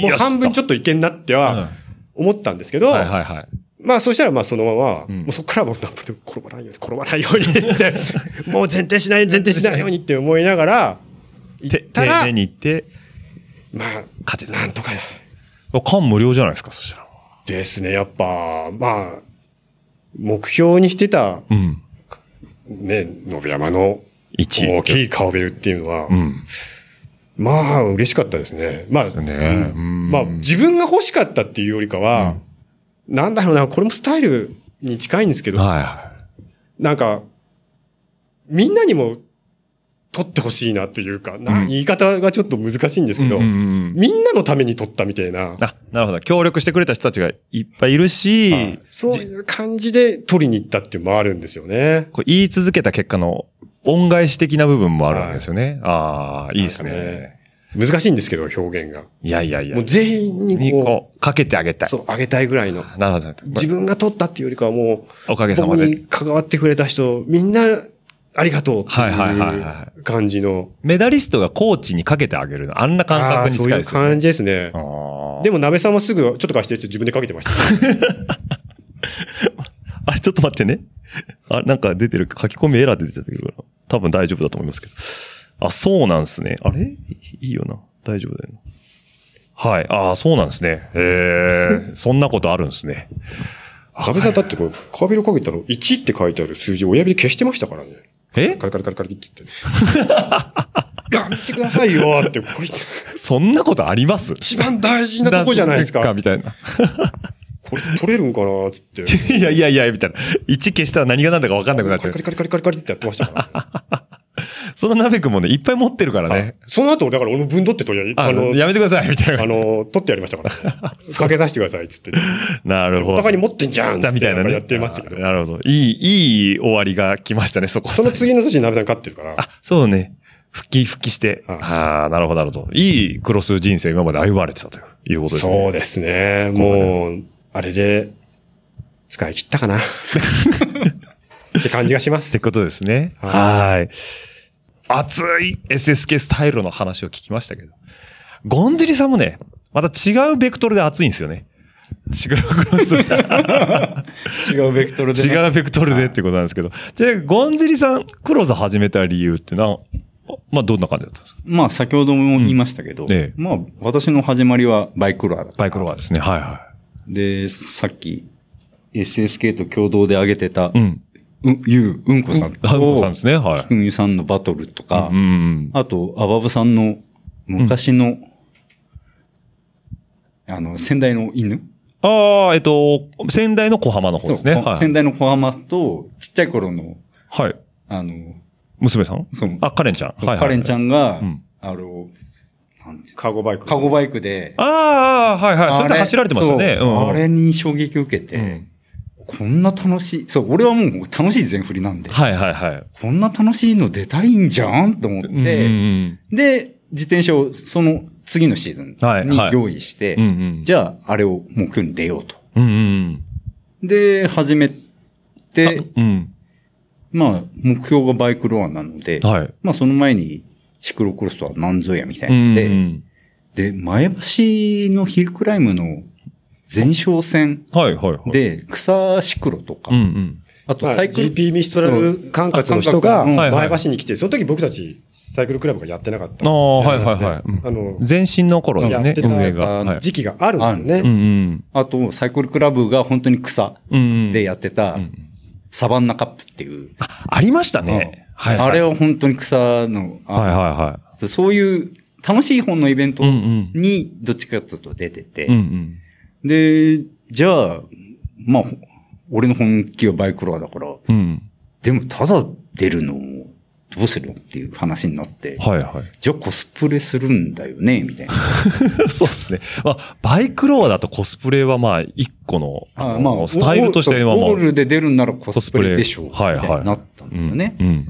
E: も
B: ん。
E: う半分ちょ
B: っ
E: っといけんなって
B: うん
E: は思ったんですけど、
B: とはいはいはい。
E: まあ、そしたら、まあ、そのまま、
B: ん
E: もうそこからもう何分でも転ばないように、転ばないように って、もう前提しない、前提しないようにって思いながら、行
B: て
E: ったら
B: 丁寧、に行って、
E: まあ、
B: 勝てた
E: なんとかや。
B: 感無量じゃないですか、そしたら。
E: ですね、やっぱ、まあ、目標にしてた、
B: うん。
E: ね、野辺山の
B: 一位
E: 大きい顔ベルっていうのは、
B: うん。
E: まあ、嬉しかったですね。まあ、
B: ねうん
E: まあ、自分が欲しかったっていうよりかは、なんだろうな、これもスタイルに近いんですけど、
B: はいは
E: なんか、みんなにも取ってほしいなというか、な
B: うん
E: 言い方がちょっと難しいんです
B: い。
E: けど、
B: うんうんうん
E: みんなのために取ったみたいな、
B: あ、なるほど。協力してくれた人たちがいっぱいいるし、
E: そういう感じで取りに行ったっていうのもあるんですよね。
B: こう言い続けた結果の恩返し的な部分もあるんですよね。ああ、いいです
E: なんか
B: ね
E: ね。難しいんですけど、表現が。
B: いやいやいや
E: もう。全員に
B: に
E: こ
B: こう、かけてあげた
E: う、
B: い
E: そ。う、あげたいぐらいの。
B: なるほど。
E: 自分が取ったっていうよりかはも
B: おか
E: う、
B: げさま
E: 僕
B: で。
E: に関わってくれた人、みんなありがとうって
B: はいはいはいいうは
E: 感じの、
B: メダリストがコーチにかけてあげるの。あんな感覚
E: ああ
B: に
E: そう
B: 近い
E: いう
B: ですよね。
E: 感じですね。
B: あ
E: でも、鍋さんはすぐ、ちょっと貸してって自分でかけてました。
B: ーあれ、ちょっと待ってね。あ、なんか出てる、書き込みエラーで出てたけど、多分大丈夫だと思いますけど。あ、そうなんですね。あれいいよな。大丈夫だよな。はい。ああ、そうなんですね。ええそんなことあるんですね。
E: 安倍さんだってこれ、カーベルかけたの1って書いてある数字を親指で消してましたからね。
B: え
E: カリカリカリカリって 言って。やめてくださいよって、これ
B: そんなことあります
E: 一番大事なとこじゃないですか。
B: みたいな。
E: これ取れるんかな つって。
B: いやいやいや、みたいな。1消したら何が何だか分かんなくなっ
E: カ
B: ちゃ
E: リ
B: う
E: カ。リカリカリカリカリってやってましたから、ね。
B: そのナベ君もね、いっぱい持ってるから ね。
E: その後、だから俺も分取って取りあ
B: あ
E: えず、あ
B: の、
E: の、
B: やめてください、み たい
E: あ
B: な。
E: の、取ってやりましたから、ね。かけさせてくださいっつって。
B: なるほど。
E: お互いに持ってんじゃんっつ
B: だ
E: っ
B: みた
E: て
B: い
E: な
B: なん
E: か
B: ね。
E: やってましたけ
B: あ
E: ど。
B: なるほど。いい、いい終わりが来ましたね、そこ。
E: そ の次の年に鍋さん勝ってるから。
B: あ、そうね。復帰、復帰して。
E: はい
B: ああ、なるほど、なるほど。いいクロス人生今まで歩まれてたといういうことですね。
E: そうですね。もう、あれで、使い切ったかな。って感じがしま
B: っ
E: す
B: て。ことですね。は
E: は
B: ーい。熱い SSK スタイルの話を聞きましたけど。ゴンジリさんもね、また違うベクトルで熱いんですよね。違うクロスで。
F: 違うベクトルで な。
B: 違うベクトルでってことなんですけ ど。じゃあ、ゴンジリさん、クローズ始めた理由ってな、まあ、どんな感じだったんですか
F: まあ、先ほども言いましたけど、
B: うんええ
F: まあ、私の始まりはバイクロアだった
B: バイクロアですね。はいは
F: で、さっき、SSK と共同で上げてた、
B: い。うん。
F: う、ゆう、うんこさん
B: あ、うこさん
F: と
B: で、すね。は
F: くみさんのバトルとか
B: い。う、ん。
F: あと、あばぶさんの昔の、あの、先代の犬
B: ああ、えっと、仙台の小浜の方ですね。
F: そう
B: はい
F: 先。代の小浜と、ちっちゃい頃の、
B: はい。
F: あの、
B: 娘さん
F: そう
B: あ、カレンちゃん。はいはいはい。
F: カレンちゃんが、
B: うん
F: あの、なんていう
E: カゴバイク。
F: カゴバイクで、
B: ああ、はいはい。それで走られてましたね。
F: そう
B: うん
F: あれに衝撃を受けて、
B: うん
F: こんな楽しい、そう、俺はもう楽しい全振りなんで、
B: はいはいはい。
F: こんな楽しいの出たいんじゃんと思って、
B: うんうん
F: で、自転車をその次のシーズ
B: はい
F: ンに
B: はい
F: 用意して、
B: うんうん
F: じゃあ、あれを目標に出ようと。
B: うん。うんうん
F: で、始め
B: うん。
F: て、
B: あうん。
F: まあ、目標がバイクロアなので、
B: はい。
F: まあ、その前に、シクロクロスとは何ぞやみたいうなの
B: んう
F: で、
B: ん。
F: で、前橋のヒルクライムの前哨戦
B: はいはいはい。、
F: で、草シクロとか
B: うんうん。
F: あと
E: まあ
F: サイクル、
E: GP ミストラル管轄の人が
F: そうあ管轄
B: かうん
E: 前橋に来て、その時僕たちサイクルクラブがやってなかったんで。
B: ああ、はいはいはい。
E: あの
B: うん、前身の頃です
E: やっ
B: ね
E: て、
B: 運営が。は
E: た
B: い
E: 時期があるんですよ
B: う
E: ね。
B: ん
F: あとサイクルクラブが本当に草
B: うん。うんうん
F: でやってたサバンナカップっていう。
B: ありましたね。はいはい。
F: あれ
B: は
F: は本当に草の、あ
B: いはいは
F: そういう楽しい本のイベント
B: うんうん
F: にどっちかというと出てて、
B: い。うんうん。
F: で、じゃあ、まあ、俺の本気はバイクロアだから、
B: うん。
F: でもただ出るのをどうするのっていう話になって、
B: はいはい。
F: じゃあコスプレするんだよね、みたいな。
B: そうですね。まあ、バイクロアだとコスプレはまあ、一個の、あの
F: まあ
B: スタイルとして今
F: ゴ
B: も
F: ールで出るんならコスプレでしょう、み
B: はい
F: た
B: はい
F: いになったんですよね。
B: うんうん。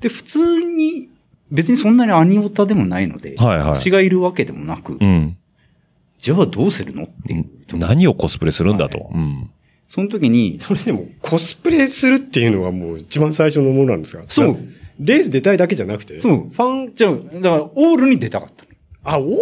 F: で、普通に、別にそんなにアニオタでもないので、
B: はいはい
F: 私がいるわけでもなく、
B: うん。
F: じゃあどうするのっていうとこ
B: 何をコスプレするんだと。
F: は
B: うん。
F: その時に、
E: それでも、コスプレするっていうのがもう一番最初のものなんですが。
F: そう。
E: レース出たいだけじゃなくて。
F: そう
E: ファン、
F: じゃあ、だからオールに出たかった。
E: あ、おー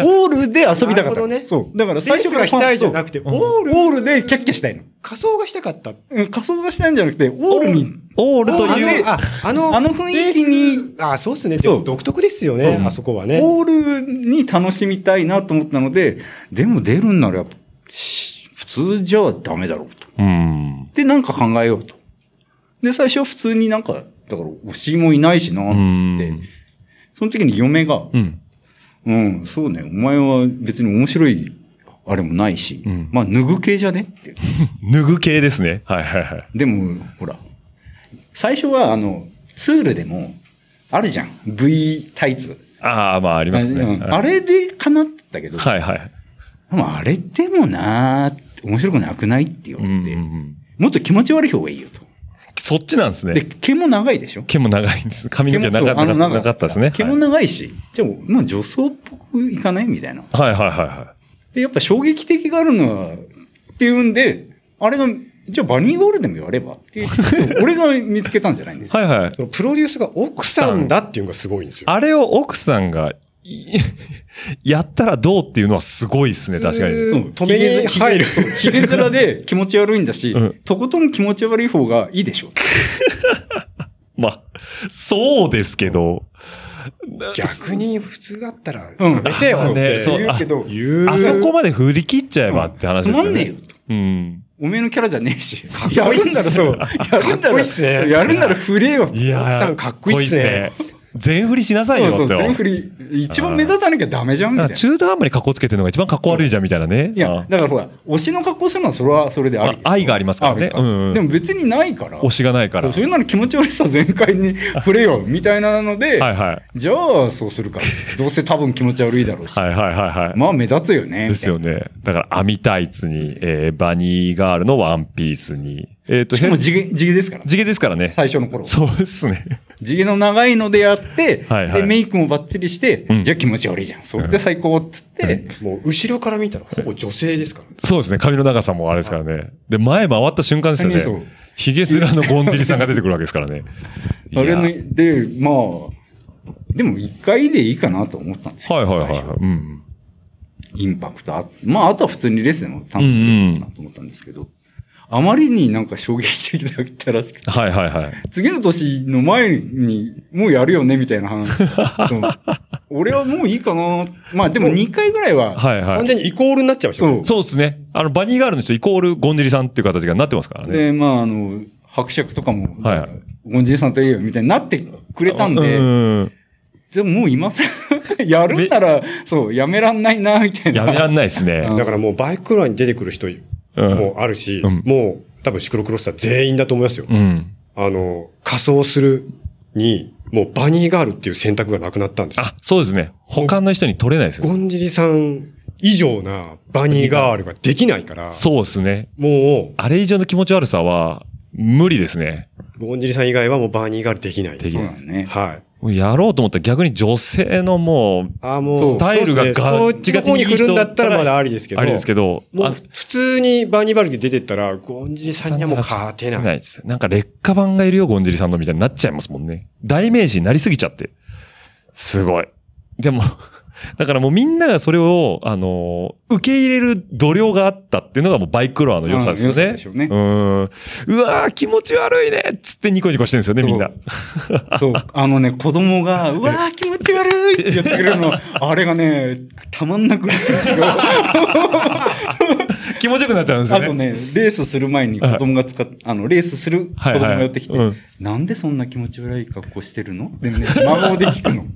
F: オールで遊びたかっ
E: なるほど
F: た。
E: ね
F: そう。だか
E: レ
F: ら
E: ー
F: 最
E: ス
F: 初か
E: が
F: ら
E: したいじゃなく
F: て、
E: て、オー
F: オー
E: ル、
F: ル、オールでキャッキャしたいの。
E: 仮装がしたかった。
F: うん仮装がしたいんじゃなくて、オールに、
B: オールと
E: あ
B: いう、
E: の、ああの
F: あの雰囲気に、
E: あ、そうっすね。
F: そう
E: 独特ですよね、あそこはね。
F: オールに楽しみたいなと思ったので、でも出るんならやっぱ、し普通じゃダメだろうと。
B: うん。
F: で、なんか考えようと。で、最初は普通になんか、だから推しもいないしなって言って、
B: うん
F: その時に嫁が、
B: うん。
F: うん、そうね。お前は別に面白い、あれもないし。
B: ん
F: まあ、脱ぐ系じゃねって。
B: 脱ぐ系ですね。はいはいはい。
F: でも、ほら。最初は、あの、ツールでも、あるじゃん。V タイツ。
B: ああ、まああります
F: う
B: ね。
F: んあれでかなってたけど、
B: はいはい。
F: でもあれでもなーって面白くなくないって言わ
B: うん
F: れ
B: うん
F: て、
B: うん。
F: もっと気持ち悪い方がいいよと。
B: そっちなんです
F: で、
B: ね。
F: 毛も長いでしょ
B: 毛も長いんです。髪の毛
F: 毛
B: なか
F: もそ
B: っ
F: う
B: た
F: あの
B: なかったですね。
F: 毛も長いし、じゃあ、まあ女装っぽくいかないみたいな。
B: はいはいはいは
F: で、やっぱ衝撃的があるのは、っていうんで、あれが、じゃあバニーゴールでもやればっていう、俺が見つけたんじゃないんです
B: い。
F: よ。
B: はいはい。
E: そのプロデュースが奥さんだっていうのがすごいんですよ。
B: あれを奥さんがい、 やったらどうっていうのはすごいですね、確かに。
E: そう止めに入る。
F: ひげ面で気持ち悪いんだし、
B: うん
F: とことん気持ち悪い方がいいでしょ。
B: まあ、そうですけど、
E: 逆に普通だったら、
F: うん
E: やめてよっ
B: ね
E: て
B: そう
E: 言うけど、言う。
B: あそこまで振り切っちゃえばって話
F: つ
B: ですよ
F: ま
B: ね。
F: んねえよ。
B: うん。
F: おめえのキャラじゃねえし。
E: いい
F: や
E: っすね
F: るんならそう。やるん
E: か
F: な
E: っこいい
F: ら、
E: っすね
F: やるんなら振れよ。
B: いやー
E: 奥さんかっこいいっすね
B: かっこいいっすね全振りしなさいよって。
F: そうそう、全振り。一番目立たなきゃダメじゃん、みた
B: ないん
F: な
B: か。中途半端にかっこつけてるのが一番かっこ悪いじゃんみたいなね。
F: いや、だからほら、推しの格好するのはそれはそれであり。
B: あ愛がありますからね
F: ある
B: うんうん
F: でも別にないから。
B: 推しがないから。
F: そ
B: は
F: ういうなら気持ち悪さ全 開に触れよ、みたいなので、
B: いはい。はい
F: じゃあそうするか。どうせ多分気持ち悪いだろうし。
B: はいはいはい。
F: まあ目立つよね。
B: ですよ
F: ね。
B: ね。だから、網タイツに、えー、バニーガールのワンピースに。えっ、と、
F: しかも
B: へ
F: 地毛、地毛で すから。
B: 地毛ですからね。
F: 最初の頃。
B: そうですね。
F: 地毛の長いのでやって、
B: はいはい
F: で、メイクもバッチリして、
B: うん
F: じゃあ気持ち悪いじゃん。それで最高っつって、
E: もう後ろから見たらほぼ女性ですから。
B: そうですね。髪の長さもあれですからね。で、前回った瞬間ですよ
F: そ
B: ね
F: う。
B: ヒゲ面のゴンジリさんが出てくるわけですからね。いや
F: あれの、で、まあ、でも一回でいいかなと思ったんですよ。
B: はいはい
F: 最
B: は
F: 初
B: い。うん。
F: インパクトあってまあ、あとは普通にレースでも楽しんでるかなと思ったんですけど、あまりになんか衝撃的だったらしくて、
B: はいはいはい。
F: 次の年の前にもうやるよねみたいな話。その俺はもういいか な。まあでも2回ぐらいは、
B: はいは
E: 完
B: い。
E: 全にイコールになっちゃいました
F: そう
E: ね。
B: そうですね。あの、バニーガールの人イコールゴンジリさんっていう形がなってますからね。
F: で、まああの、伯爵とかも、
B: はいはい
F: ゴンジエさんといいよみたいになってくれたんで、
B: うん。
F: でももう今さ、 やるんなら、そう、やめらんないな、みたいな。
B: やめらんないです ね。
F: う
E: だからもうバイクロアに出てくる人
B: うん
E: もあるし、
B: うん
E: もう多分シクロクロスター全員だと思いますよ。
B: うん。
E: あの、仮装するに、もうバニーガールっていう選択がなくなったんですよ。
B: あ、そうですね。他の人に取れないですね。
E: ゴンジリさん以上なバニーガールができないから、
B: そうですね。
E: も
B: あれ以上の気持ち悪さは、無理ですね。
E: う、ゴンジリさん以外はもうバニーガールできない。
B: でき
F: そ
B: な
F: う
B: い
F: だね。
E: はい。
B: もうやろうと思ったら逆に女性のもう、
E: あーもう、
B: スタイルが
E: そ
B: ガ
E: うですねそっ
B: ッチ
E: ち
B: ガ
E: の
B: チ
E: 方
B: に
E: に
B: いい
E: 来
B: 人
E: るんだったらまだありですけど。
B: あれですけど、
E: もう
B: あ
E: 普通にバーニーバルキ出てったら、ゴンジリさんにはもう勝て
B: な
E: ない。
B: いです。なんか劣化版がいるよ、ゴンジリさんのみたいになっちゃいますもんね。代名詞になりすぎちゃって。すごい。でも、 だからもうみんながそれを、あのー受け入れる度量があったっていうのがもうバイクロアの良さですよね。
F: うん良さでしょうね
B: ん。うわー気持ち悪いねっつってニコニコしてるんですよね、みんな。
F: そう、あのね、子 供が、うわー気持ち悪いって言ってくれるの、あれがね、たまんなく嬉しいんですよ。
B: 気持ちよくなっちゃうんですよ
F: あ
B: ね。
F: とね、レースする前に子供が使っ、あの、レースする子供が寄ってきて
B: はいはいはい、
F: なんでそんな気持ち悪い格好してるのってね、孫で聞くの。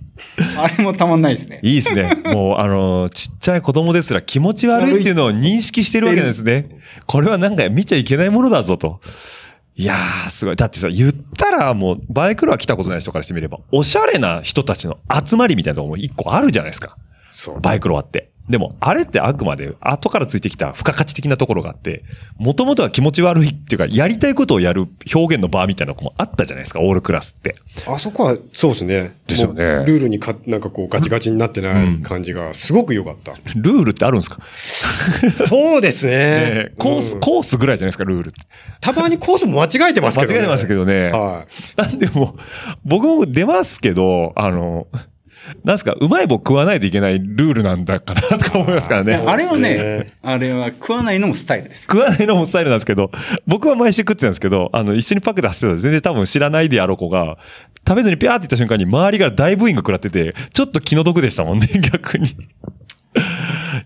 F: あれもたまんないですね。
B: いいですね。もう、あのーちっちゃい子供ですら気持ち悪いっていうのを認識してるわけなんですね。これはなんか見ちゃいけないものだぞと。いやー、すごい。だってさ、言ったらもう、バイクロア来たことない人からしてみれば、おしゃれな人たちの集まりみたいなとこも一個あるじゃないですか。
E: そう。
B: バイクロアって。でも、あれってあくまで後からついてきた付加価値的なところがあって、もともとは気持ち悪いっていうか、やりたいことをやる表現の場みたいなのもあったじゃないですか、オールクラスって。
E: あそこは、そうですね。
B: ですよね
E: もうルールにか、なんかこう、ガチガチになってない感じが、すごく良かった。
B: ルールってあるんですか、
E: そうです
B: え
E: ね
B: え。コース、
E: うん
B: コースぐらいじゃないですか、ルールって。
E: たまにコースも間違えてます
B: 間
E: けど
B: 違えてましたけどね。
E: はい。
B: なんでもう、僕も出ますけど、あの、なんすか、うまい棒食わないといけないルールなんだかなとか思いますからね。
F: あれは
E: そうです
F: ね、あれは食わないのもスタイルです。
B: 食わないのもスタイルなんですけど、僕は毎週食ってたんですけど、あの、一緒にパックで走ってたら全然多分知らないであろう子が、食べずにピャーって言った瞬間に周りから大ブーイング食らってて、ちょっと気の毒でしたもんね、 逆に。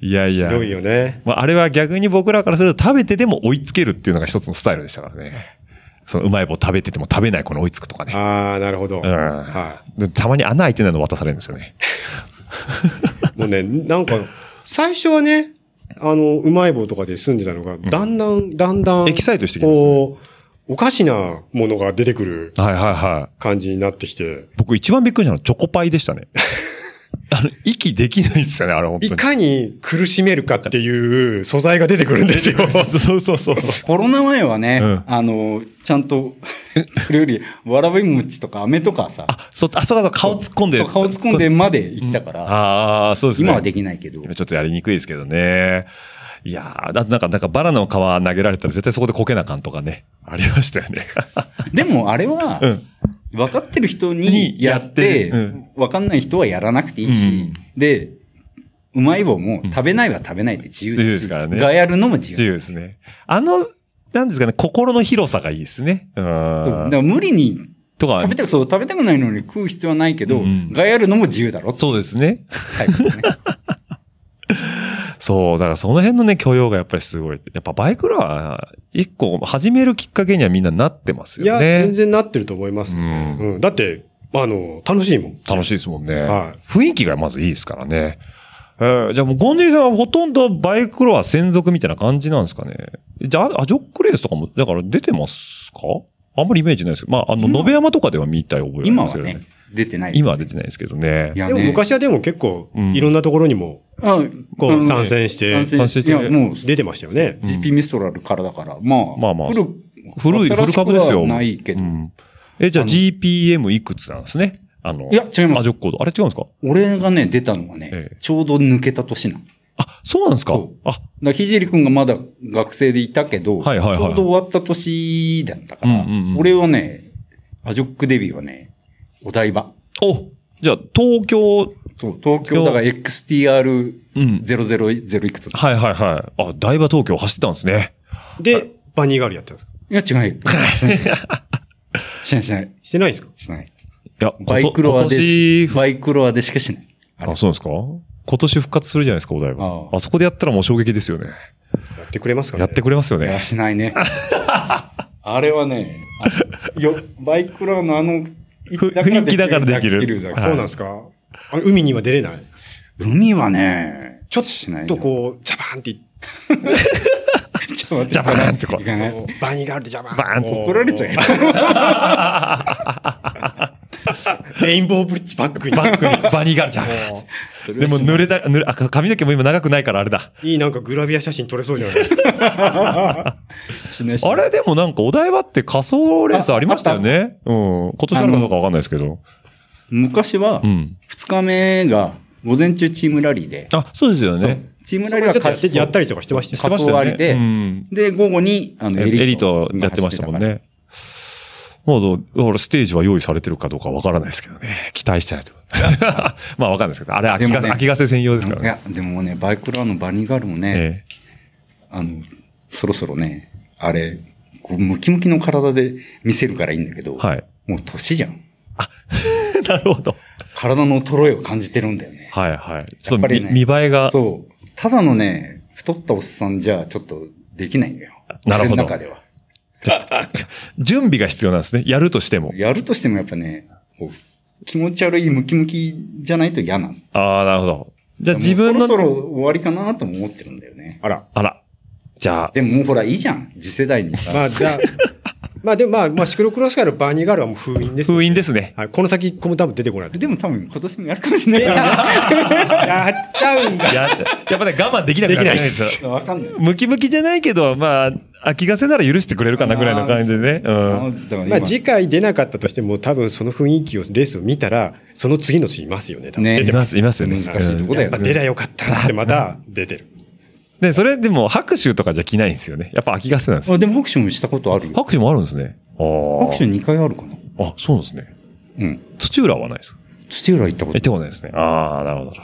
B: いやいや。
E: 良いよね。
B: まあ、あれは逆に僕らからすると食べてでも追いつけるっていうのが一つのスタイルでしたからね。そのうまい棒食べてても食べない子に追いつくとかね。
E: ああ、なるほ
B: う
E: ど。
B: ん
E: は
B: でたまに穴開いてないの渡されるんですよね。
E: い。もうね、なんか、最初はね、あの、うまい棒とかで住んでたのが、だんだん、だんだん、
B: エキサイトしてきますね
E: こう、おかしなものが出てくる
B: はいはいはい。
E: 感じになってきて、
B: 僕一番びっくりしたのはチョコパイでしたね。 あの、息できないっすよね、あれ本当
E: い
B: に。
E: かに苦しめるかっていう素材が出てくるんで すよ。
B: そうそうそうそう。
F: コロナ前はね、
B: うん
F: あの、ちゃんと、それより、わらび餅とか飴とかさ、
B: あ、そ、あ、そうかそう、顔突っ込んで。
F: 顔突っ込んで。まで行ったから、
B: ああ、そうですね。
F: 今はできないけど、
B: 今ちょっとやりにくいですけどね。いやー、だってなんか、なんかバラの皮投げられたら絶対そこでこけなあかんとかね。ありましたよ ね。
F: でもあれは、
B: うん。
F: 分かってる人
B: に
F: にやっ
B: や
F: て、
B: って
F: 分かんない人はやらなくていいし、で、うまい棒も食べないは食べないで自由
B: 自由
F: だ
B: で
F: し、
B: すからね
F: がやるのも自由。
B: 自由ですね。あの、なんですかね、心の広さがいいですね。う
F: そうだ
B: ん
F: か。ら無理に
B: とか
F: 食べ、たく、そう、食べたくないのに食う必要はないけど、
B: うん
F: がやるのも自由だろって
B: そうですね。
F: タイプですね。
B: そう、だからその辺のね、許容がやっぱりすごい。やっぱバイクロア、一個始めるきっかけにはみんななってます
E: いや、
B: よね
E: 全。然なってると思いますよ。
B: うん
E: うん。だって、あの、楽しいもん。
B: 楽しいですもんね。
E: は
B: 雰囲気がまずいいですからね。えー、じゃあもうゴンジリさんはほとんどバイクロア専属みたいな感じなんですかね。じゃあ、アジョックレースとかも、だから出てますかあんまりイメージないですけど、まあ、あの、
F: 今
B: 延山とかでは見たい覚えあり
F: 今
B: ま
F: は
B: すけど
F: ね
B: ね。、
F: 出てないです
B: 今は出てないですけどね
F: い。や
E: でも
F: ね、
E: 昔はでも結構、
B: うん
E: いろんなところにも
F: あ
E: こう
F: あのね
E: 参戦して
F: 参戦して。い
B: 参戦し
F: や、
B: て
F: もう、
E: 出てましたよね。
F: GP ミストラルからだから、まあ、
B: まあまあ
F: 古く
B: 古い、
F: 新
B: 古
F: しくは
B: 株ですよ。
F: ないけど。
B: うんえ、じゃあ GPM いくつなんですねあの、
F: いや、違いま
B: ア
F: す
B: ジ。ョックコード。あれ違うんですか
F: 俺がね、出たのはね、
B: ええ
F: ちょうど抜けた年なの。だか
B: あ、そうなんですか
F: そう
B: あ、
F: ら、ひじりくんがまだ学生でいたけど、
B: はいはいはい
F: ちょうど終わった年だったから、
B: うんうんうん
F: 俺はね、アジョックデビューはね、お台場。
B: お、じゃあ東京、
F: そう、東京だから XTR000 いくつ、
B: はいはいはい。あ、台場東京走ってたんですね。
E: で、バニーガールやってたんですか
F: いや、違うよ。しないしない。
E: してないんですか
F: し な
B: い
F: い。
B: や、
F: バイクロア
B: 今年
F: で、バイクロアでしかしない。あれ
B: あ、そうですか今年復活するじゃないですか、お台場。
F: あ
B: あ
F: あ
B: そこでやったらもう衝撃ですよね。
E: やってくれますかね
B: やってくれますよ
F: いや、
B: ね。
F: しな いね。あれはね、あよ、バイクロアのあの、
B: 雰囲気だからできる
F: だ
E: そう
F: か
E: な
F: ら
E: んですか、あの海には出れない
F: 海はね、
E: ちょっ
F: しない
E: と
F: な
E: こう、ジャバーンっていっ
F: ちょっと待って
B: ジャパンってこう
F: いかない
E: こうバニーガールでジャバーン
B: バーンって
E: こ
F: 怒られちゃうよ。
E: レインボーブリッジバックに。
B: バックにバニーガールじゃん。でも濡れた、濡れ、あ、髪の毛も今長くないからあれだ。
E: いいなんかグラビア写真撮れそうじゃないですか。
F: しないしない
B: あれでもなんかお台場って仮想レースありましたよね。うん。今年あるかどうかわかんないですけど。
F: 昔は
B: う、ん。
F: 二日目が、午前中チームラリーで、
B: あ、そうですよね。
F: チーム
E: そ
F: ラ
E: れ
F: リ
E: ちょ
F: ー
E: っ
F: は
E: とやってやった
F: り。
E: りとかしてました
B: し
E: よ
B: てましたよね。
F: 仮想ありで
B: うん。
F: で、午後に、あの、
B: エリートやってましたもん。ね。まあ、どうほらステージは用意されてるかどうかわからないですけどね。期待しちゃう と。まあ、わかんないですけど、あれ秋
F: で
B: が、
F: もね
B: 秋ヶ瀬専用ですから
F: い
B: ね。
F: や、でもね、バイクラーのバニーガールもね、
B: え
F: あの、そろそろね、あれ、こうムキムキの体で見せるからいいんだけど、
B: えはい。
F: もう年じゃん。
B: なるほど。
F: 体の衰えを感じてるんだよね。
B: はいはい。ちょっと
F: やっぱり
B: み
F: ね
B: 見栄えが。
F: そう。ただのね、太ったおっさんじゃちょっとできないのよ。
B: なるほど
F: 俺の中では。
B: 準備が必要なんですね。やるとしても。
F: やるとしてもやっぱね、こう気持ち悪いムキムキじゃないと嫌なの。
B: ああ、なるほど。じゃあ自分
F: も
B: の。
F: うそろそろ終わりかなとも思ってるんだよね。
E: あら。
B: あら。じゃあ、
F: でももうほら、いいじゃん。次世代にさ。
E: まあ、じゃあ、 まあでもまあ、まあ、シクロクロス界のバーニーガールはもう封印ですよ。
B: 封印ですね。
E: はい。この先一個も多分出てこない。
F: でも多分今年もやるかもしれないから
E: やっちゃうんだ。
B: やっちゃやっぱね、我慢できなくなってないんですよ。
F: ね。わかんない。
B: ムキムキじゃないけど、まあ、秋がせなら許してくれるかなぐらいの感じでね。う
F: あ
B: ん。
F: だから今
E: まあ次回出なかったとしても多分その雰囲気をレースを見たらその次の年いますよね多分
F: ね
B: います、いますよね。
F: 難しいとこだ
E: やっ
F: よ
E: ぱ
F: ね。
E: 出りゃよかったってまた出てる
B: で、それでも拍手とかじゃ着ないんですよね。やっぱ秋がせなんですよ。
F: あでも拍手もしたことあるよ。
B: 拍手もあるんですね。ああ。
F: 拍手2回あるかな。
B: あ、そうなんですね。
F: うん。
B: 土浦はないですか
F: 土浦行ったこ
B: え、っ
F: と。
B: てことないですね。ああ、なるほど。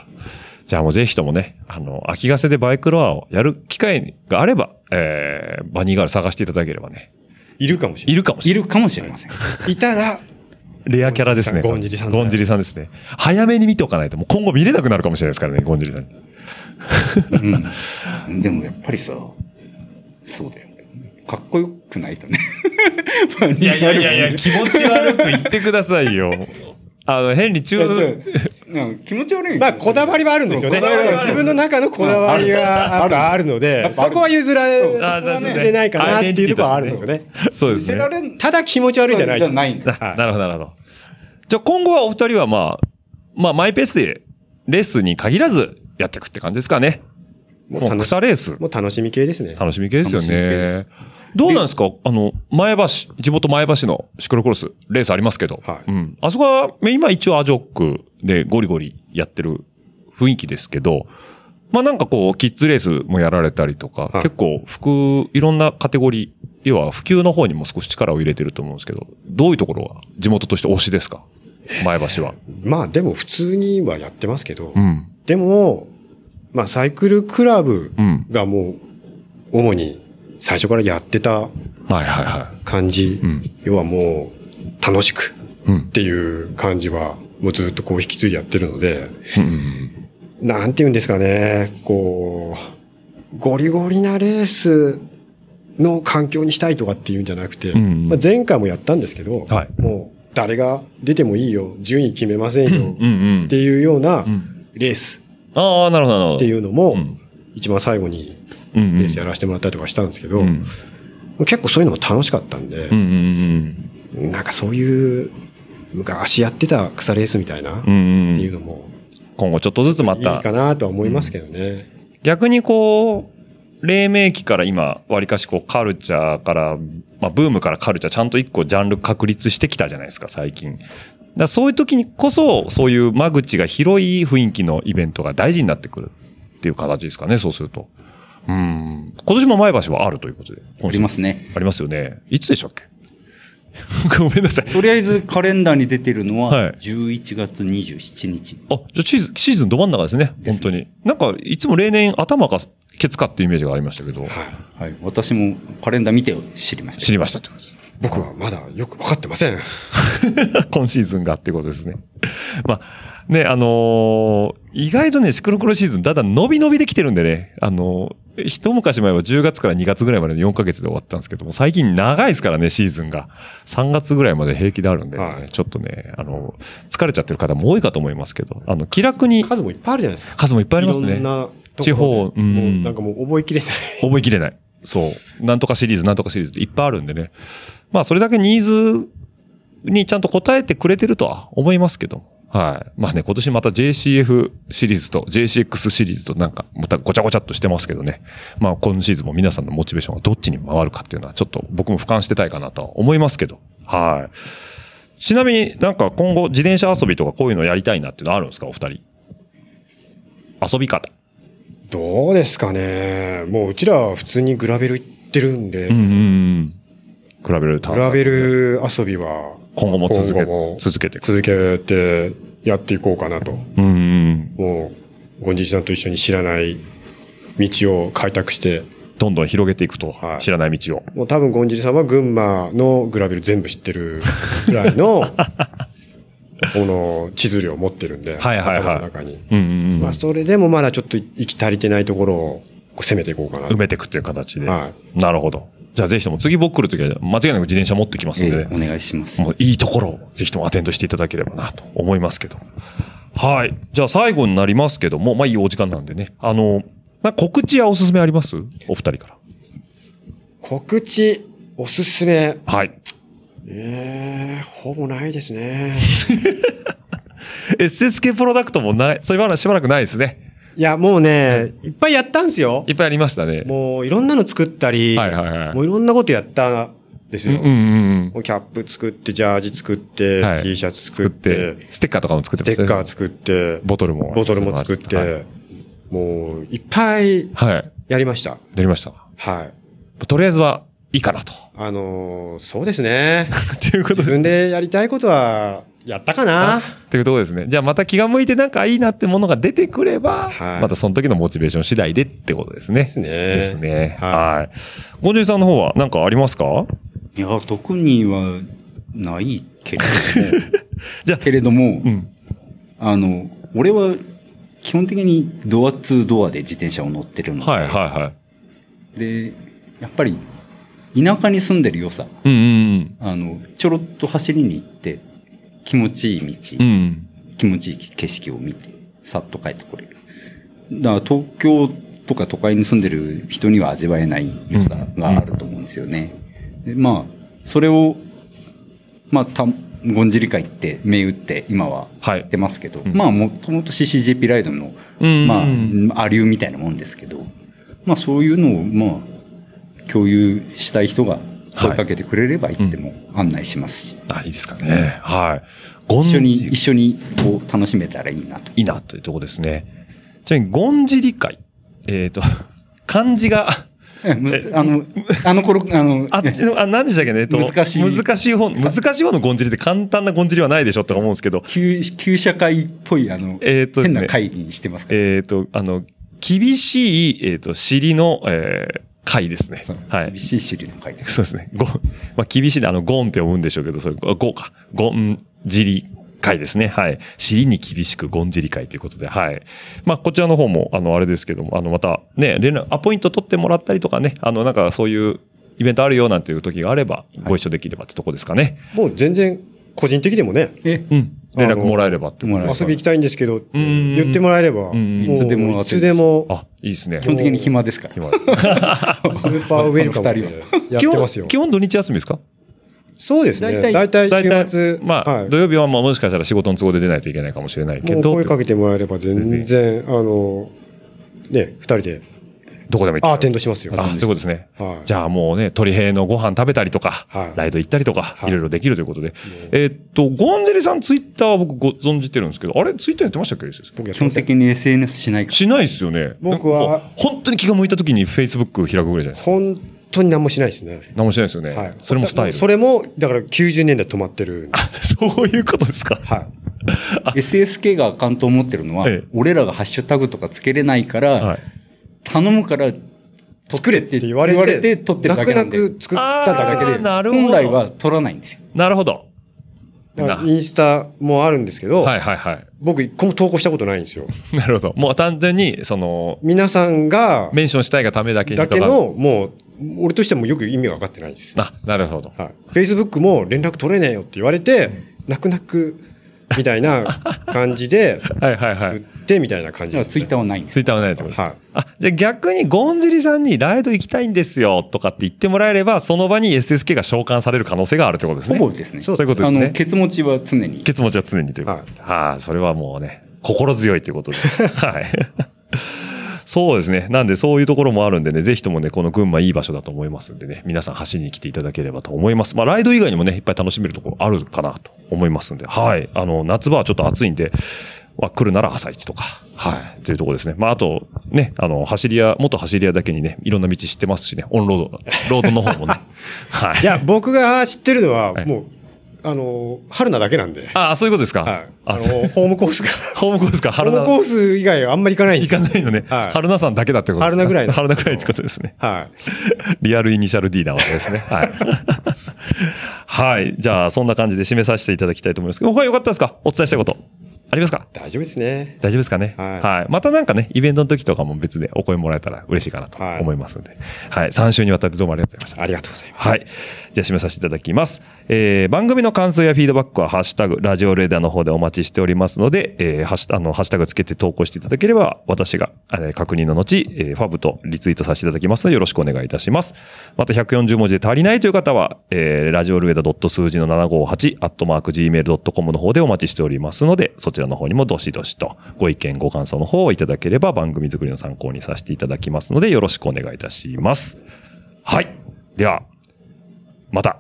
B: じゃあもうぜひともね、あの、秋ヶ瀬でバイクロアをやる機会があれば、えー、バニーガール探していただければね、
E: いるかもしれ
B: い
E: な
B: るかもし
F: い
B: れない。
F: るかもしれません。
E: いいたら
B: レアキャラですね。
E: ゴンジリさん
B: ゴンジリさんですね。早めに見ておかないと、もう今後見れなくなるかもしれないですからね、ゴンジリさんに。
F: うん。でもやっぱりさ、そうだよ。かっこよくないとね。い
B: いやいやいや いや、気持ち悪く言ってくださいよ。あの、変に中
F: いや違ううん気持ち悪い。
E: まあこだわりはあるんですよね
F: そうこだわりはある
E: 自分の中のこだわりがやっぱあるの
F: や
E: で
F: っぱ
E: そ
F: ある
E: こは譲ら
F: そう
E: れ
F: あ
B: あそうですね
E: れないかなっていうところはあるんですよね
B: そうで
F: 見
B: す
F: せ
B: ね。
F: ら
B: な
F: れん
E: ただ気持ち悪いじゃない
F: じゃないんだ。
E: はい
B: なるほど、なるほど。じゃあ今後はお二人はまあ、まあマイペースで、レースに限らずやっていくって感じですかね。
E: も
B: もう
E: 楽し
B: 草レース。
E: もう楽しみ系ですね
B: 楽しみ系ですよ
F: 楽しみ系で
B: ね。どうなんですかあの、前橋、地元前橋のシクロクロス、レースありますけど。
E: はい
B: うん。あそこは、今一応アジョックでゴリゴリやってる雰囲気ですけど、まあなんかこう、キッズレースもやられたりとか、
E: はい
B: 結構、服、いろんなカテゴリー、要は普及の方にも少し力を入れてると思うんですけど、どういうところが地元として推しですか前橋は。
E: まあでも普通にはやってますけど
B: うん。
E: でもまあサイクルクラブ
B: うん。
E: がもう主に最初からやってた
B: はいはいは
E: 感じ、
B: い。うん。
E: 要はもう楽しく
B: うん
E: っ。ていう感じはもうずっとこう引き継いでやってるの
B: う
E: で、
B: んうん
E: なんて言うんですかね、こう、ゴリゴリなレースの環境にしたいとかっていうんじゃなくて、
B: うんうん
E: まあ、前回もやったんですけど、
B: はい
E: もう誰が出てもいいよ、順位決めませんよ
B: うん。うんうん。
E: っていうような
B: うん。
E: レース
B: ああ、なるほどなるほど。。
E: っていううのも
B: うん、
E: 一番最後に
B: うんうん。
E: レースやらせてもらったりとかしたんですけど、
B: うん
E: 結構そういうのも楽しかったんで、
B: うんうん
E: なんかそういう、昔やってた草レースみたいな、っ
B: うん。うん
E: て
B: う。
E: いうんのも、
B: 今後ちょっとずつま
E: いいか
B: た、
E: なとは思いますけどね。
B: 逆にこう、黎明期から今、割かしこうカルチャーから、まあブームからカルチャー、ちゃんと一個ジャンル確立してきたじゃないですか、最近。だからそういう時にこそ、そういう間口が広い雰囲気のイベントが大事になってくるっていう形ですかね、そうすると。うん。今年も前橋はあるということで。
F: あ
B: 今
F: り
B: 週
F: ますね。
B: ありますよね。いつでしたっけ ごめんなさい。
F: とりあえずカレンダーに出てるの
B: はい
F: は11月27日。
B: あ、じゃあシーズン、シーズンど真ん中ですね。
F: ですね
B: 本当に。なんか、いつも例年頭かケツかっていうイメージがありましたけど、
E: はい。
F: はい。私もカレンダー見て知りました。
B: 知りましたってことです。
E: 僕はまだよくわかってません。
B: 今シーズンがってことですね。まあ、ね、あのー意外とね、シクロクロシーズン、だんだん伸び伸びできてるんでね、あのー一昔前は10月から2月ぐらいまでの4ヶ月で終わったんですけども、最近長いですからね、シーズンが。3月ぐらいまで平気であるんでね、
E: はい
B: ちょっとね、あのー疲れちゃってる方も多いかと思いますけど、あの、気楽に、
E: 数もいっぱいあるじゃないですか。
B: 数もいっぱいあります
E: い
B: ね。
E: ろんなところで
B: 地方うん
E: もうなんかもう覚えきれない。
B: 覚えきれない。そう。なんとかシリーズ、なんとかシリーズっていっぱいあるんでね。まあ、それだけニーズにちゃんと応えてくれてるとは思いますけど。はい。まあね、今年また JCF シリーズと JCX シリーズとなんか、またごちゃごちゃっとしてますけどね。まあ、今シーズンも皆さんのモチベーションがどっちに回るかっていうのは、ちょっと僕も俯瞰してたいかなとは思いますけど。はい。ちなみになんか今後自転車遊びとかこういうのやりたいなっていうのあるんですかお二人。遊び方。
E: どうですかね。もううちらは普通にグラベル行ってるんで、
B: うんうんうん。グラベル探
E: グ
B: 索
E: ラベル遊びは
B: 今後も続け
E: 今後も
B: 続けていく。
E: 続けてやっていこうかなと。
B: うんうん。
E: もう、ゴンジさんと一緒に知らない道を開拓して、
B: どんどん広げていくと
E: は。い
B: 知らない道を。
E: もう多分ゴンジさんは群馬のグラベル全部知ってるぐらいの、この地図量を持ってるんで、
B: はいはいはい
E: 頭の中に。
B: うんうんう
E: ま
B: ん
E: あ、。それでもまだちょっと行き足りてないところをこう攻めていこうかなと
B: 埋。めていくっていう形で。
E: は
B: なるほど。じゃあぜひとも次僕来るときは間違いなく自転車持ってきます
F: え
B: ん
F: え
B: で、
F: お願いします。
B: もういいところをぜひともアテンドしていただければなと思いますけど。はい。じゃあ最後になりますけども、まあいいお時間なんでね。あの、なんか告知やおすすめありますお二人か
E: 告知、おすすめ。
B: ら。はい。
E: ええほぼないですね。
B: SSK プロダクトもない、そういう話しばらくないですね。
E: いや、もうね、いっぱいやったんですよ
B: い。っぱいありましたね。
E: もういろんなの作ったり、
B: はいはいはい
E: もういろんなことやったんです
B: うん
E: よ。
B: うんうん
E: もうキャップ作って、ジャージ作って、
B: はい
E: T シャツ
B: 作
E: 作
B: っ
E: って、
B: て、ステッカーとかも作って
E: ステッカー
B: ー
E: 作って、
B: ボトルも。
E: ボトルも作って、
B: はい。
E: もういっぱい
B: はい。
E: やりました。
B: やりました。
E: はい。
B: とりあえずはいいかなと。
E: あのーそうで すね。
B: ということ
E: 自分でやりたいことはやった かな。
B: というところですね。じゃあまた気が向いてなんかいいなってものが出てくれば、
E: はい
B: またその時のモチベーション次第でってことですね。です
E: ね
B: ですね。は。
E: はい
B: ゴンジュウさんの方は何かありますか
F: いや、特にはないけれども。
B: じゃあ
F: けれども、
B: うん。
F: あの、俺は基本的にドアツードアで自転車を乗ってるので、
B: はいはいはい。
F: で、やっぱり田舎に住んでる良さ、
B: うんうん
F: あの、ちょろっと走りに行って、気持ちいい道、
B: うん。うん。
F: 気持ちいい景色を見て、さっと帰ってこれる。だから東京とか都会に住んでる人には味わえない良さがあると思うんですよね。でまあ、それを、まあ、た、ゴンジリ会って銘打って今は
B: はい
F: やってますけど、
B: ん
F: まあ、もともと CCJP ライドの、
B: うん
F: まあ
B: うん、
F: アリューみたいなもんですけど、まあ、そういうのを、まあ、共有したい人が声かけてくれればいつでも案内しますし、
B: あ、いいですかね。はい。ゴン
F: 一
B: ジ
F: 緒に、
B: リ
F: 一緒にこう楽しめたらいいなと。
B: いいなというところですね。ちなみに、ゴンジリ会。えっ、と、 漢字が、
F: えむず あの、あの頃、あの、
B: あっちの、あ、何でしたっけね、えっと
F: 難しい
B: 難しい方、難しい方のゴンジリって簡単なゴンジリはないでしょとか思うんですけど、
F: 旧、旧社会っぽい、あの、
B: えーっとです
F: 変
B: ね
F: な会議にしてますから。
B: えっ、と、あの、厳しい、えっ、と、尻の、えー、回ですね
F: そう。
B: はい
F: 厳。しい種類の会です。
B: そうですね。ゴン、まあ、厳しいで、あの、ゴンって読むんでしょうけど、それ、あゴンか。ゴンじり会ですね。はい。尻に厳しくゴンじり会ということで、はい。まあ、こちらの方も、あの、あれですけども、あの、また、ね、連絡、アポイント取ってもらったりとかね、あの、なんかそういう、イベントあるよなんていう時があれば、ご一緒できればってとこですかね。
E: もう全然個人的でもね、
F: え、
B: うん。連絡もらえればって。
F: もらえれば
E: 遊び行きたいんですけどって
B: ん
E: 言ってもらえれば、
B: ん
E: もう
F: いつでも
E: いつでも
B: あ、いいですね。
F: 基本的に暇ですから。
B: 暇
E: スーパーウェルカムでや
B: 基
E: って
B: 本
E: ます よ
B: 基。本土日休みですか
E: そうですね。
F: 大
E: 大体
B: 大
E: 週
B: 体
E: 末、、
B: まあ、
E: はい
B: 土曜日はまあもしかしたら仕事の都合で出ないといけないかもしれないけ
E: もう
B: ど、
E: 声かけてもらえれば全然、あの、ね、二人で
B: どこでも行って
E: アーテンドしますよ。
B: あ、そういうことですね。
E: はい
B: じゃあもうね、鶏平のご飯食べたりとか、
E: はい
B: ライド行ったりとか、
E: い
B: い、ろいろできるということで。えーっと、ゴンゼリさんツイッターは僕ご存知てるんですけど、あれツイッターやってましたっけ
E: 僕やっ
F: 基
E: てま
F: 本
E: せん
F: 的に SNS しないから。
B: しないですよね。
E: 僕は
B: なんかこう本当に気が向いた時に Facebook 開くぐらいじゃないですか。
E: 本当に何もしないですね。
B: 何もしないですよね。
E: はい。
B: それもスタイル。
E: それも、だから90年代止まってるんです。
B: そういうことですか。
E: は
F: SSK がアカウントを持ってるのは、
B: ええ
F: 俺らがハッシュタグとかつけれないから、
B: はい。
F: 頼むから、
E: い。作れって言われて、
F: 言われて撮ってるだけなんで
E: 泣く泣く作っただけ
B: あ
E: で
B: ー
E: す。
B: なるほど
F: 本来は撮らないんですよ。
B: なるほど。
E: だ
B: な
E: からインスタもあるんですけど、
B: はいはいはい。
E: 僕一個も投稿したことないんですよ。
B: なるほど。もう単純に、その、
E: 皆さんが、
B: メンションしたいがためだけにと
E: だ
B: か
E: けの、もう、俺としてもよく意味が分かってないです。
B: あ、なるほど。
E: はい。Facebook も連絡取れねえよって言われて、泣く泣く、みたいな感じで、
B: はいはいは
E: 売っ
B: い。
E: てみたいな感じ
F: だ
E: で
F: から
E: す、
F: ツイッターはないんです
B: ツイッターはないってことです。
E: はい。
B: あ、じゃあ逆にゴンジリさんにライド行きたいんですよとかって言ってもらえれば、その場に SSK が召喚される可能性があるってことです
F: ほ
B: ね。
F: ぼですね。
B: そうそういうことで
F: あ
B: す
F: の、
B: ね。
F: ケツ持ちは常に。
B: ケツ持ちは常にということ
E: はい
B: で。はあ、それはもうね、心強いという ことで。はい。そうですね。なんで、そういうところもあるんでね、ぜひともね、この群馬いい場所だと思いますんでね、皆さん走りに来ていただければと思います。まあ、ライド以外にもね、いっぱい楽しめるところあるかなと思いますんで、はい。あの、夏場はちょっと暑いんで、は来るなら朝一とか、はい、というところですね。まあ、あと、ね、あの、走り屋、元走り屋だけにね、いろんな道知ってますしね、オンロード、ロードの方も ね。はい。
E: いや、僕が知ってるのは、
B: はい
E: もう、あの、春菜だけなんで。
B: ああ、そういうことですか。
E: はい。
B: あ
E: あの、ホームコースが、
B: ホームコースですか、
E: ホ
B: 春
E: ー
B: 菜
E: ム。コース以外はあんまり行かないん
B: 行
E: ですよ
B: か。ないのね。
E: はい
B: 春菜さんだけだってことです
E: 春菜ぐらいなんです
B: 春菜ぐらいってことですね。
E: はい。
B: リアルイニシャル D なわけです ね。はい。はい。じゃあ、そんな感じで締めさせていただきたいと思いますけど、他良かったですかお伝えしたいこと。ありますか
E: 大丈夫ですね。
B: 大丈夫ですかね、は、
E: はいい
B: またなんかね、イベントの時とかも別でお声もらえたら嬉しいかなと
E: はい
B: 思いますので。はい。3週にわたってどうもありがとうございました。
E: ありがとうございます。
B: はい。じゃあ締めさせていただきます。えー、番組の感想やフィードバックは、ハッシュタグ、ラジオレーダーの方でお待ちしておりますので、えー、ハッシュ、あの、ハッシュタグつけて投稿していただければ、私が、あれ、確認の後、えー、ファブとリツイートさせていただきますので、よろしくお願いいたします。また、140文字で足りないという方は、えー、ラジオルエダ数字の758、アットマーク gmail.com の方でお待ちしておりますので、そちらの方にもどしどしと、ご意見、ご感想の方をいただければ、番組作りの参考にさせていただきますので、よろしくお願いいたします。はい。では、また、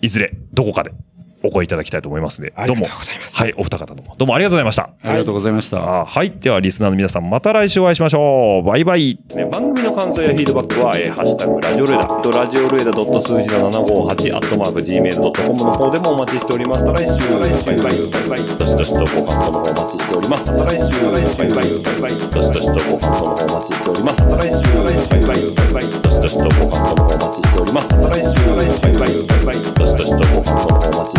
B: いずれ、どこかで、お声いただきたいと思いますので、
E: あ
B: ど
E: り
B: う
E: が
B: も、
E: とうございます
B: はい、お二方とも、どうもありがとうございました。
F: ありがとうございました。
B: あーはい。では、リスナーの皆さん、また来週お会いしましょう。バイバイ。ね、番組の感想やフィードバックは、えーハッシュタグ、ラジオルエダ、とラジオルエダ数字の758、アットマーク、gmail.com の方でもお待ちしております。また来週、バイバイ、バイバイ、どしどしとご感想の方お待ちしております。また来週、バイバイ、バイバイ、どしどしとご感想の方お待ちしております。また来週、バイバイ、バイバイ、どしどしとご感想の方お待ちしております。また来週、バイバイ、バイバイ、どしどしとご感想の方お待ちしております。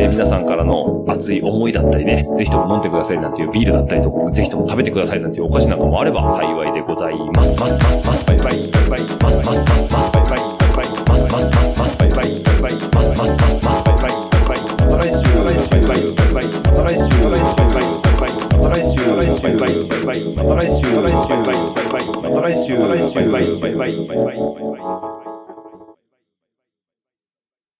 B: えー皆さんからの熱い思いだったりね、ぜひとも飲んでくださいなんていうビールだったりとか、ぜひとも食べてくださいなんていうお菓子なんかもあれば幸いでございます。ますますますバイバイバイバイますますますますバイバイバイバイますますますますバイバイバイバイますますますますバイバイバイバイまた来週バイバイバイバイまた来週バイバイバイバイまた来週バイバイバイバイまた来週バイバイバイバイまた来週バイバイバイバイまた来週バイバイバイバイ